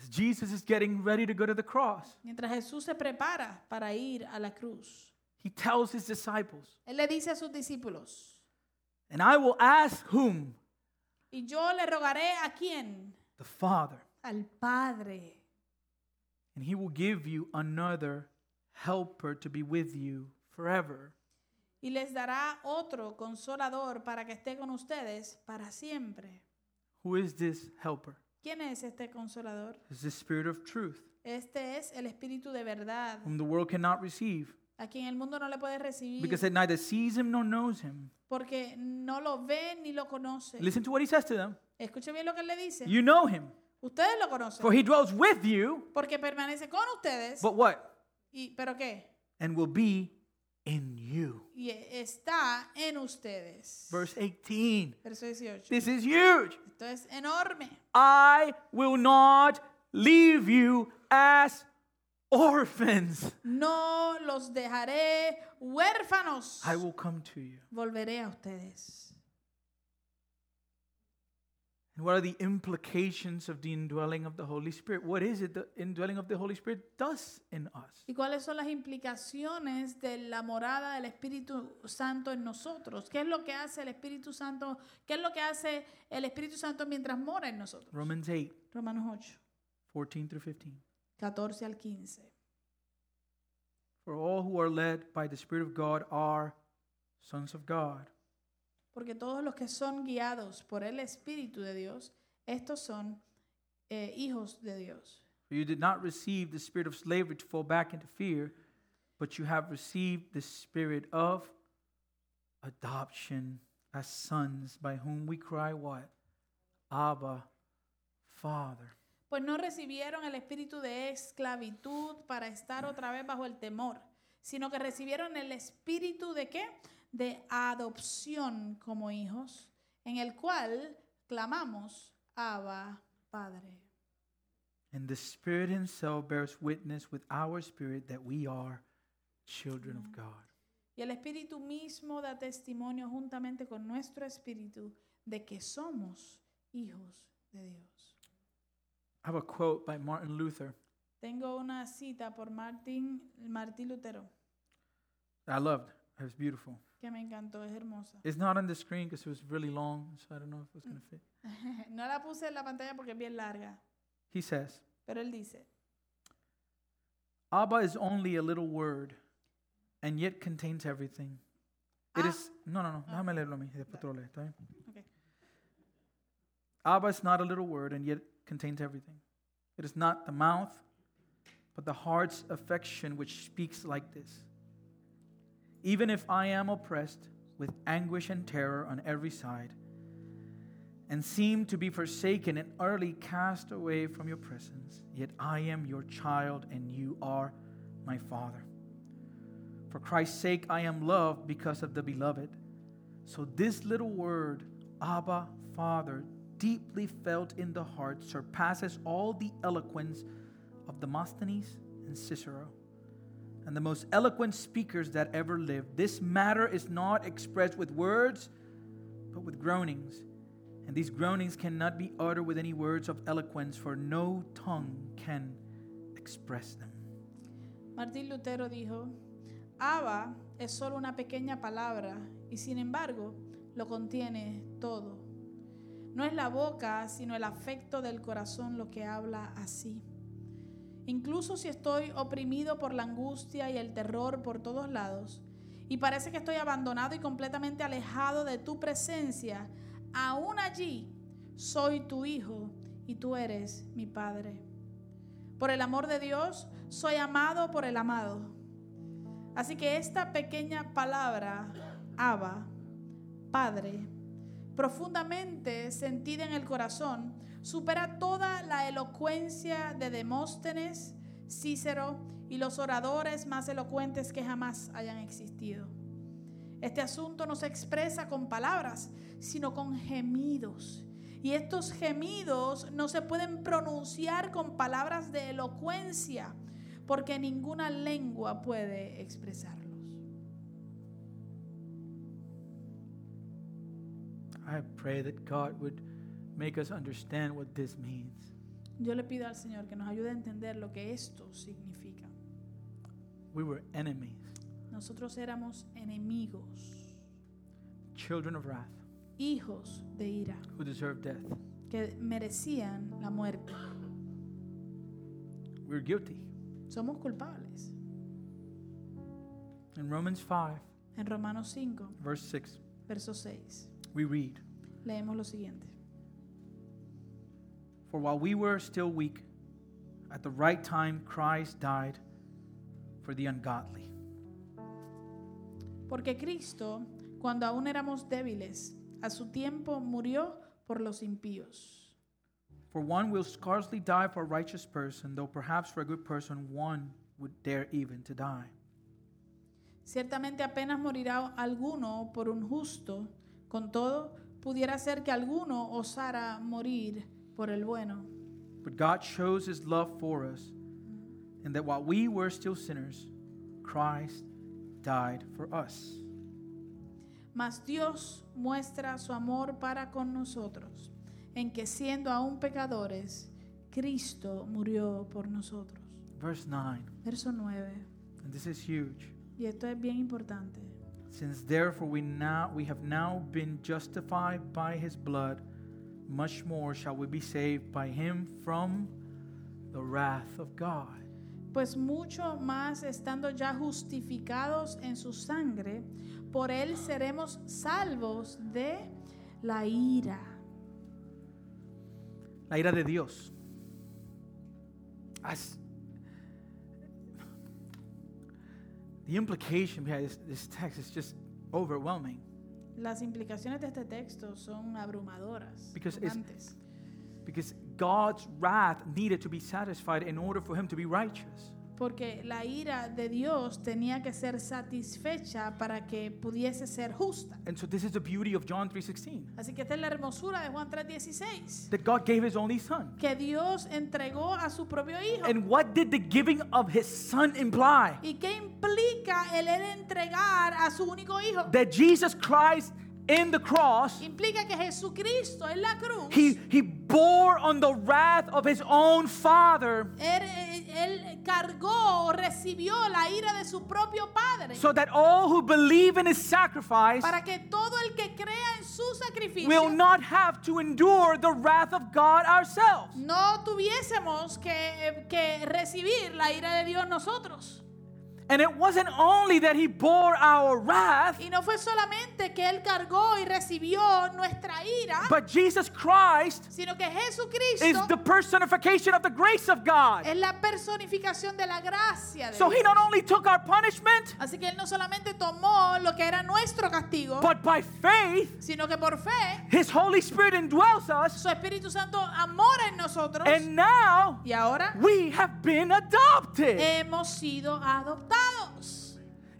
As Jesus is getting ready to go to the cross,
Mientras Jesús se prepara para ir a la cruz,
he tells his disciples,
Él le dice a sus discípulos,
And I will ask whom?
y yo le rogaré a quién?
The Father.
Al Padre.
and he will give you another helper to be with you forever.
Y les dará otro consolador para que esté con ustedes para siempre.
Who is this helper?
¿Quién es este consolador?
It's the Spirit of truth,
Este es el Espíritu de verdad,
whom the world cannot receive,
a quien el mundo no le puede
because
recibir
it neither sees him nor knows him.
porque no lo ve ni lo conoce.
Listen to what he says to them.
Escuchen bien lo que Él le dice.
You know him,
Ustedes lo conocen
for he dwells with you,
porque permanece con ustedes.
but what?
Y, ¿Pero qué?
And will be in you.
y está en ustedes.
Verse 18.
Verso 18.
This is huge.
Esto es enorme.
I will not leave you as orphans.
No los dejaré huérfanos.
I will come to you.
Volveré a ustedes.
And what are the implications of the indwelling of the Holy Spirit? What is it the indwelling of the Holy Spirit does in us?
¿Y cuáles son las implicaciones de la morada del Espíritu Santo en nosotros? ¿Qué es lo que hace el Espíritu Santo? ¿Qué es lo que hace el Espíritu Santo mientras mora en nosotros?
Romans 8,
Romanos 8,
14 through 15.
14 al 15.
For all who are led by the Spirit of God are sons of God.
Porque todos los que son guiados por el Espíritu de Dios, estos son eh, hijos de Dios.
For you did not receive the spirit of slavery to fall back into fear, but you have received the spirit of adoption as sons, by whom we cry, What? Abba, Father.
pues no recibieron el espíritu de esclavitud para estar otra vez bajo el temor, sino que recibieron el espíritu de qué? De adopción como hijos, en el cual clamamos, Abba, Padre.
And the Spirit Himself bears witness with our spirit that we are children of God.
Y el Espíritu mismo da testimonio juntamente con nuestro espíritu de que somos hijos de Dios.
I have a quote by Martin Luther
Tengo una cita por Martín, Martín Lutero
that I loved. It was beautiful.
que me encantó, es hermosa. [LAUGHS]
It's not on the screen because it was really long, so I don't know if it's going to fit.
No la puse en la pantalla porque es bien larga,
He says,
pero él dice,
Abba is only a little word and yet contains everything. It
Ah.
is. No, no, no.
Ah.
Déjame leerlo a mí. y Después tú lo lees, ¿está bien?
Ok.
Abba is not a little word and yet contains everything. It is not the mouth, but the heart's affection which speaks like this. Even if I am oppressed with anguish and terror on every side, and seem to be forsaken and utterly cast away from your presence, yet I am your child and you are my father. For Christ's sake, I am loved because of the beloved. So this little word, Abba, Father, deeply felt in the heart, surpasses all the eloquence of Demosthenes and Cicero. And the most eloquent speakers that ever lived. This matter is not expressed with words, but with groanings. And these groanings cannot be uttered with any words of eloquence, for no tongue can express them.
Martín Lutero dijo, Abba es solo una pequeña palabra y sin embargo lo contiene todo. No es la boca, sino el afecto del corazón lo que habla así. Incluso si estoy oprimido por la angustia y el terror por todos lados, y parece que estoy abandonado y completamente alejado de tu presencia, aún allí soy tu hijo y tú eres mi padre. Por el amor de Dios, soy amado por el amado. Así que esta pequeña palabra, Abba, Padre, profundamente sentida en el corazón, supera toda la elocuencia de Demóstenes, Cícero y los oradores más elocuentes que jamás hayan existido. Este asunto no se expresa con palabras, sino con gemidos. Y estos gemidos no se pueden pronunciar con palabras de elocuencia, porque ninguna lengua puede expresarlos.
I pray that God would make us understand what this means.
Yo le pido al Señor que nos ayude a entender lo que esto significa.
We were enemies,
Nosotros éramos enemigos,
children of wrath,
hijos de ira,
who deserved death.
que merecían la muerte.
We were guilty.
Somos culpables.
In Romans 5,
En Romanos 5,
verse 6,
verso 6,
we read
leemos lo siguiente.
For while we were still weak, at the right time Christ died for the ungodly.
Porque Cristo, cuando aún éramos débiles, a su tiempo murió por los impíos.
For one will scarcely die for a righteous person, though perhaps for a good person one would dare even to die.
Ciertamente apenas morirá alguno por un justo, con todo, pudiera ser que alguno osara morir por el bueno.
But God shows his love for us, and that while we were still sinners, Christ died for us.
Mas Dios muestra su amor para con nosotros, en que siendo aún pecadores, Cristo murió por nosotros.
Verse 9,
Verso 9,
and this is huge.
y esto es bien importante.
Since therefore we now we have now been justified by his blood, much more shall we be saved by him from the wrath of God.
Pues mucho más estando ya justificados en su sangre, por él seremos salvos de la ira.
La ira de Dios. As- the implication behind this, this text is just overwhelming
Las implicaciones de este texto son abrumadoras,
Because it's-
abundantes,
because God's wrath needed to be satisfied in order for him to be righteous.
Porque la ira de Dios tenía que ser satisfecha para que pudiese ser justa.
And so this is the beauty of John 3:16.
Así que esta es la hermosura de Juan 3:16,
That God gave his only son.
que Dios entregó a su propio hijo.
And what did the giving of his son imply?
¿Y qué implica el él entregar a su único hijo?
That Jesus Christ in the cross,
Implica que Jesucristo en la cruz,
he he bore on the wrath of his own father
él, él cargó o recibió la ira de su propio Padre
so that all who believe in his sacrifice
para que todo el que crea en su sacrificio
will not have to endure the wrath of God ourselves.
no tuviésemos que, que recibir la ira de Dios nosotros.
And it wasn't only that he bore our wrath,
Y no fue solamente que Él cargó y recibió nuestra ira,
but Jesus Christ
sino que
is
Jesucristo
the personification of the grace of God.
es la personificación de la gracia de
So
Dios.
he not only took our punishment,
Así que Él no solamente tomó lo que era nuestro castigo,
but by faith,
sino que por fe
his Holy Spirit indwells us,
su Espíritu Santo amora en nosotros
and now
y ahora
we have been adopted.
hemos sido adoptados.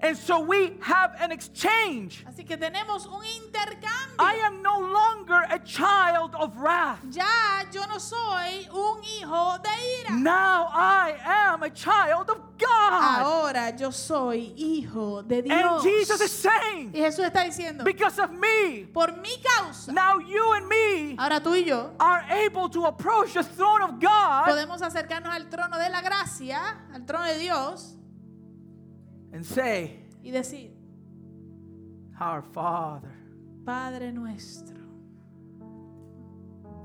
And so we have an exchange.
Así que tenemos un intercambio.
I am no longer a child of wrath.
ya yo no soy un hijo de ira.
Now I am a child of God.
Ahora yo soy hijo de
And
Dios.
Jesus is
y
saying,
Jesús está diciendo,
because of me,
por mi causa,
now you and me
ahora tú y yo
are able to approach the throne of God
podemos acercarnos al trono de la gracia, al trono de Dios,
and say,
y decir,
Our Father.
Padre nuestro,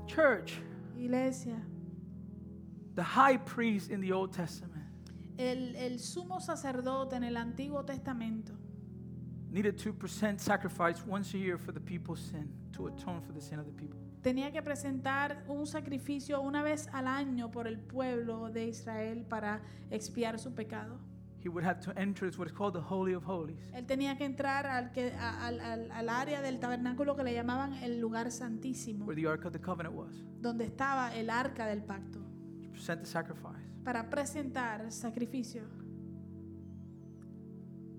Church,
iglesia,
the high priest in the Old Testament
el, el sumo sacerdote en el Antiguo Testamento
needed 2% sacrifice once a year for the people's sin to atone for the sin of the people.
tenía que presentar un sacrificio una vez al año por el pueblo de Israel para expiar su pecado.
He would have to enter what's called the Holy of Holies.
Él tenía que entrar al, que, a- al, al- al área del tabernáculo que le llamaban el lugar santísimo,
where the Ark of the Covenant was,
donde estaba el arca del pacto,
to present the sacrifice.
para presentar sacrificio.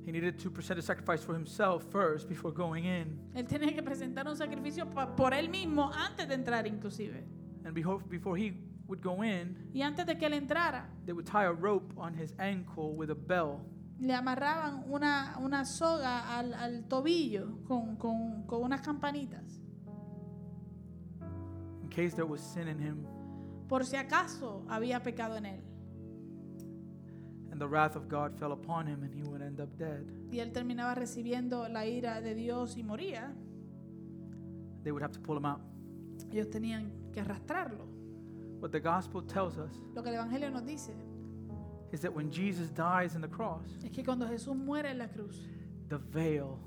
He needed 2% of sacrifice for himself first before going in,
Él tenía que presentar un sacrificio pa- por él mismo antes de entrar inclusive.
and before, before he would go in,
Y antes de que él entrara,
they would tie a rope on his ankle with a bell.
le amarraban una, una soga al, al tobillo con, con- con unas campanitas.
in case there was sin in him
Por si acaso había pecado en él.
and the wrath of God fell upon him and he would end up dead.
Y él terminaba recibiendo la ira de Dios y moría.
They would have to pull him out.
Ellos tenían que arrastrarlo.
What the gospel tells us
Lo que el Evangelio nos dice
is that when Jesus dies on the cross,
es que cuando Jesús muere en la cruz,
the veil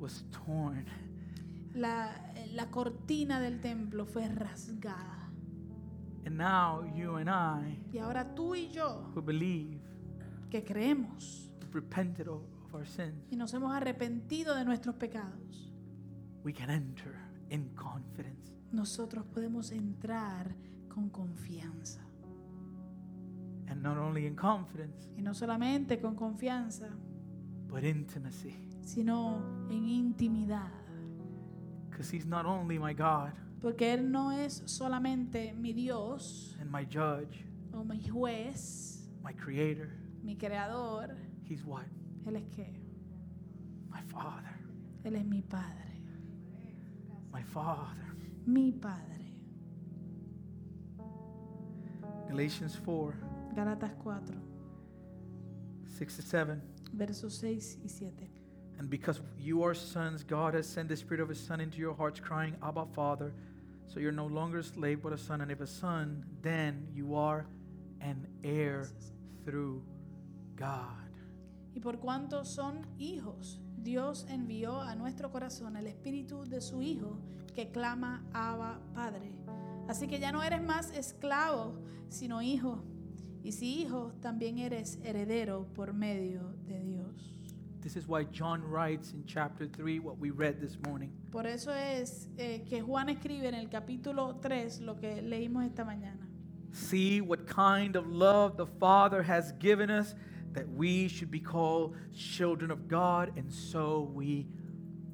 was torn
la, la cortina del templo fue rasgada.
and now you and I
Y ahora tú y yo,
who believe
que creemos,
repented of, of our sins
y nos hemos arrepentido de nuestros pecados,
we can enter in confidence.
nosotros podemos entrar con confianza.
And not only in confidence,
Y no solamente con confianza,
but intimacy.
sino en intimidad.
Because He's not only my God
Porque Él no es solamente mi Dios
and my judge,
o mi juez,
my creator.
mi creador.
He's what?
Él es qué?
My Father.
Él es mi Padre.
My Father.
Mi Padre.
Galatians 4
Galatas 4,
6 to 7.
versos 6 y 7.
And because you are sons, God has sent the Spirit of His Son into your hearts, crying, Abba, Father. So you're no longer a slave, but a son. And if a son, then you are an heir through God.
Y por cuanto son hijos, Dios envió a nuestro corazón el espíritu de su Hijo que clama Abba Padre. Así que ya no eres más esclavo, sino hijo. Y si hijo, también eres heredero por medio de Dios.
This is why John writes in chapter 3 what we read this morning.
Por eso es eh, que Juan escribe en el capítulo 3 lo que leímos esta mañana.
See what kind of love the Father has given us that we should be called children of God, and so we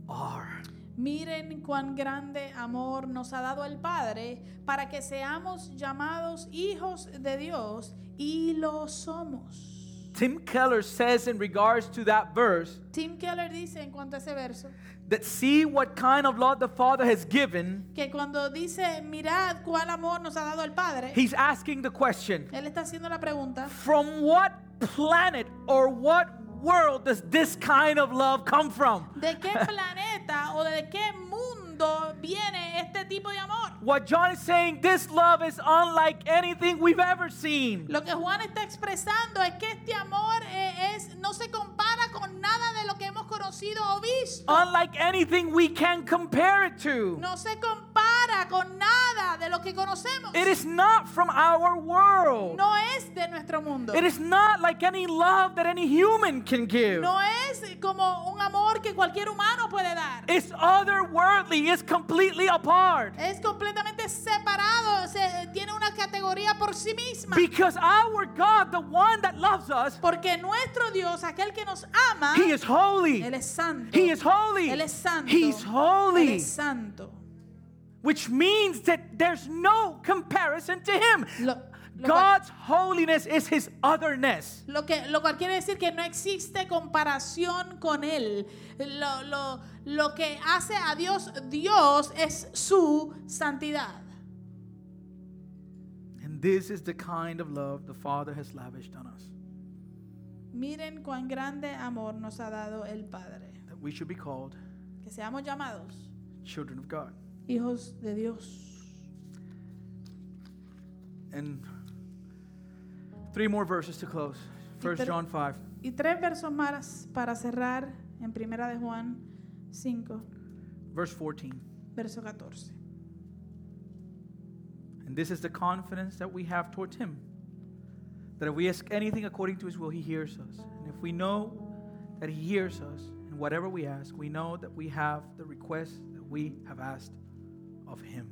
are.
Miren cuán grande amor nos ha dado el Padre para que seamos llamados hijos de Dios y lo somos.
Tim Keller says in regards to that verse
Tim Keller dice en cuanto a ese verso
that see what kind of love the Father has given,
que cuando dice mirad cuál amor nos ha dado el Padre,
he's asking the question
él está haciendo la pregunta,
from what planet or what world does this kind of love come from?
¿de qué planeta o de qué mundo viene este tipo de amor?
What John is saying, this love is unlike anything we've ever seen.
Lo que Juan está expresando es que este amor eh, es no se compara con nada de lo que hemos conocido o visto.
Unlike anything we can compare it to.
No se compara con nada de lo que conocemos.
It is not from our world.
No es de nuestro mundo.
It is not like any love that any human can give.
No es como un amor que cualquier humano puede dar.
It's otherworldly, it's completely apart.
Es completamente separado, se- tiene una categoría por sí misma.
Because our God, the one that loves us,
Porque nuestro Dios, aquel que nos ama,
He is holy.
Él es santo.
He is holy.
Él es santo.
He's
Él
holy.
es santo.
Which means that there's no comparison to Him.
Lo- lo cual-
God's holiness is His otherness.
Lo, que, lo cual quiere decir que no existe comparación con Él. Lo, lo- lo que hace a Dios Dios es su santidad.
And this is the kind of love the Father has lavished on us,
Miren cuán grande amor nos ha dado el Padre.
that we should be called
Que seamos llamados
children of God.
hijos de Dios.
And three more verses to close. First
pero-
John 5.
Y tres versos más para cerrar en Primera de Juan 5,
verse 14.
verso 14.
And this is the confidence that we have towards Him that if we ask anything according to His will, He hears us. And if we know that He hears us, and whatever we ask, we know that we have the request that we have asked of Him.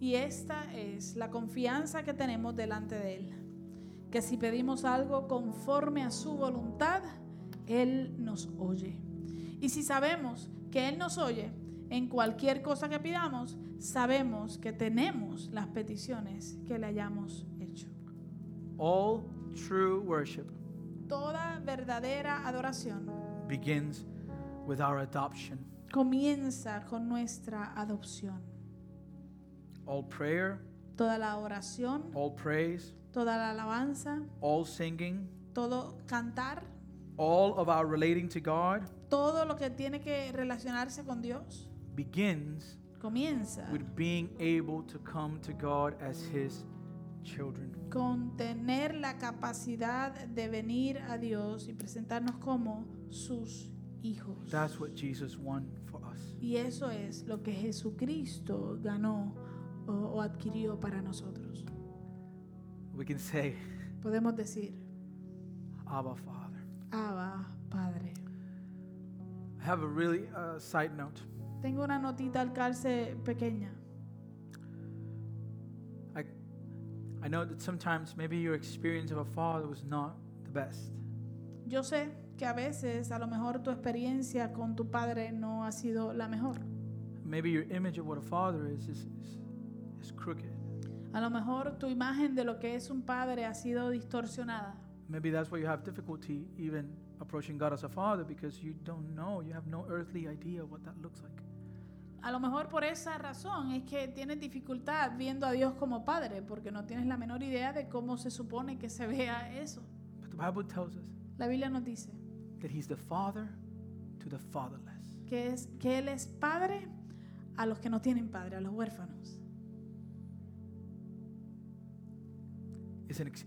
Y esta es la confianza que tenemos delante de Él, que si pedimos algo conforme a su voluntad, Él nos oye. Y si sabemos que Él nos oye en cualquier cosa que pidamos, sabemos que tenemos las peticiones que le hayamos hecho.
All true worship
Toda verdadera adoración
begins with our adoption,
comienza con nuestra adopción.
all prayer,
Toda la oración,
all praise,
toda la alabanza,
all singing,
todo cantar,
all of our relating to God
todo lo que tiene que relacionarse con Dios
begins
comienza
with being able to come to God as His children.
con tener la capacidad de venir a Dios y presentarnos como sus hijos.
That's what Jesus won for us.
Y eso es lo que Jesucristo ganó o, o adquirió para nosotros.
We can say,
Podemos decir,
Abba, Father.
Abba, Padre.
I have a really uh, side note.
Tengo una notita al calce pequeña.
I, I know that sometimes maybe your experience of a father was not the best.
Yo sé que a veces a lo mejor tu experiencia con tu padre no ha sido la mejor.
Maybe your image of what a father is is, is, is crooked.
A lo mejor tu imagen de lo que es un padre ha sido distorsionada.
Maybe that's why you have difficulty even approaching God as a father because you don't know, you have no earthly idea what that looks like.
A lo mejor por esa razón es que tienes dificultad viendo a Dios como padre, porque no tienes la menor idea de cómo se supone que se vea eso.
But the Bible tells us
La Biblia nos dice
that He's the father to the fatherless.
que, es, que Él es padre a los que no tienen padre, a los huérfanos.
It's, an ex-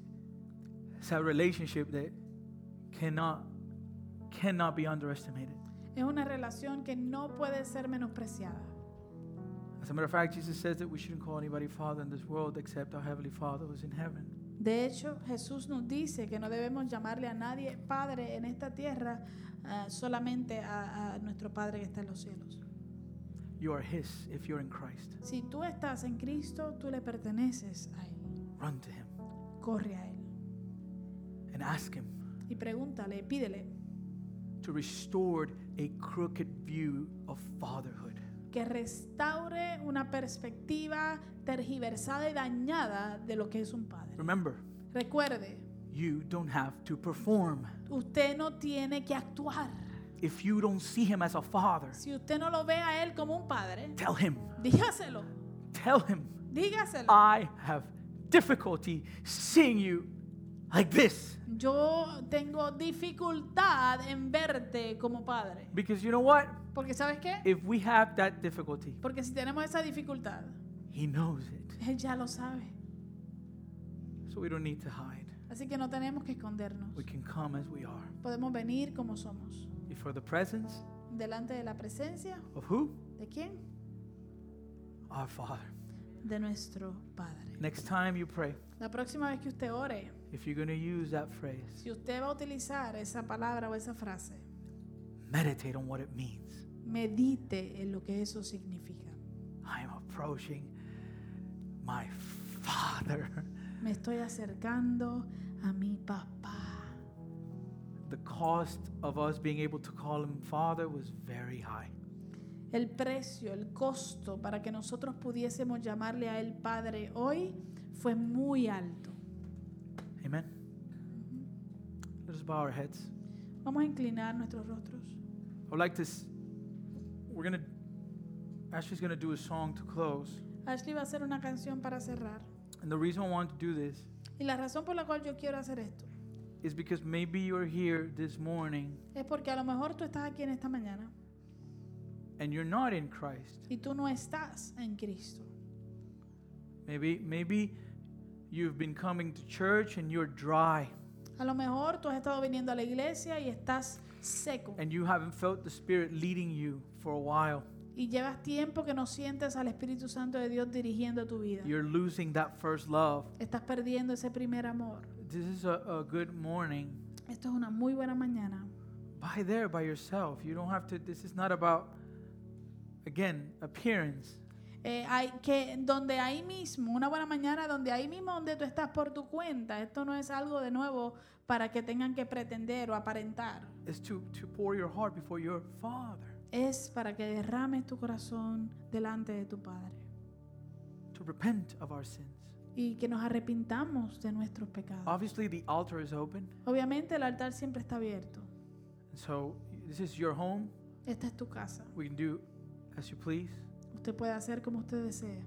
it's a relationship that cannot cannot be underestimated.
Es una relación que no puede ser menospreciada.
As a matter of fact, Jesus says that we shouldn't call anybody Father in this world except our Heavenly Father who's in heaven.
De hecho, Jesús nos dice que no debemos llamarle a nadie Padre en esta tierra, ah, solamente a, a nuestro Padre que está en los cielos.
You are His if you're in Christ.
Si tú estás en Cristo, tú le perteneces a Él.
Run to Him
Corre a Él
and ask Him
y pregúntale, pídele
to restore a crooked view of fatherhood.
que restaure una perspectiva tergiversada y dañada de lo que es un padre.
Remember,
Recuerde,
you don't have to perform.
usted no tiene que actuar.
If you don't see Him as a father,
Si usted no lo ve a Él como un padre,
tell Him,
dígaselo,
tell Him.
dígaselo.
I have difficulty seeing you like this.
Yo tengo dificultad en verte como padre.
Because you know what?
Porque ¿sabes qué?
If we have that difficulty,
Porque si tenemos esa dificultad,
He knows it.
Él ya lo sabe.
So we don't need to hide.
Así que no tenemos que escondernos.
We can come as we are
Podemos venir como somos.
before the presence
Delante de la presencia,
of who?
¿de quién?
Our Father.
De nuestro Padre.
Next time you pray,
La próxima vez que usted ore,
if you're going to use that phrase,
si usted va a utilizar esa palabra o esa frase,
meditate on what it means.
medite en lo que eso significa.
I am approaching my Father. [LAUGHS]
Me estoy acercando a mi papá.
The cost of us being able to call Him Father was very high.
El precio, el costo para que nosotros pudiésemos llamarle a él Padre hoy fue muy alto.
Amen. Let us bow our heads.
Vamos a inclinar nuestros rostros.
I would like to. S- we're gonna. Ashley's gonna do a song to close,
Ashley va a hacer una canción para cerrar.
and the reason I want to do this
Y la razón por la cual yo quiero hacer esto
is because maybe you're here this morning
es porque a lo mejor tú estás aquí en esta mañana
and you're not in Christ.
y tú no estás en Cristo.
Maybe, maybe you've been coming to church and you're dry,
A lo mejor tú has estado viniendo a la iglesia y estás seco
and you haven't felt the Spirit leading you for a while.
y llevas tiempo que no sientes al Espíritu Santo de Dios dirigiendo tu vida.
You're losing that first love.
Estás perdiendo ese primer amor.
This is a, a good morning.
Esto es una muy buena mañana.
By there, by yourself. You don't have to. This is not about, again, appearance.
Eh, hay que donde ahí mismo, una buena mañana, donde ahí mismo donde tú estás por tu cuenta, esto no es algo de nuevo para que tengan que pretender o aparentar.
is to, to pour your heart before your Father,
Es para que derrames tu corazón delante de tu Padre
to repent of our sins.
y que nos arrepintamos de nuestros pecados.
Obviously, the altar is open,
Obviamente el altar siempre está abierto.
and so this is your home.
Esta es tu casa.
We can do as you please,
Usted puede hacer como usted desee.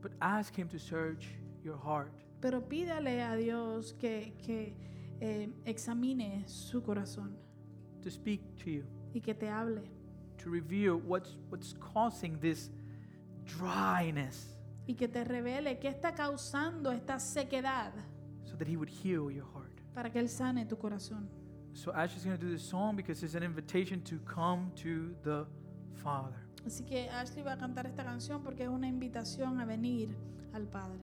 but ask Him to search your heart.
Pero pídale a Dios que, que, eh, examine su corazón
To speak to you,
y que te hable
to reveal what's what's causing this dryness,
y que te revele qué está causando esta sequedad
so that He would heal your heart.
para que Él sane tu corazón.
So Ash is going to do this song because it's an invitation to come to the Father.
Así que Ashley va a cantar esta canción porque es una invitación a venir al Padre.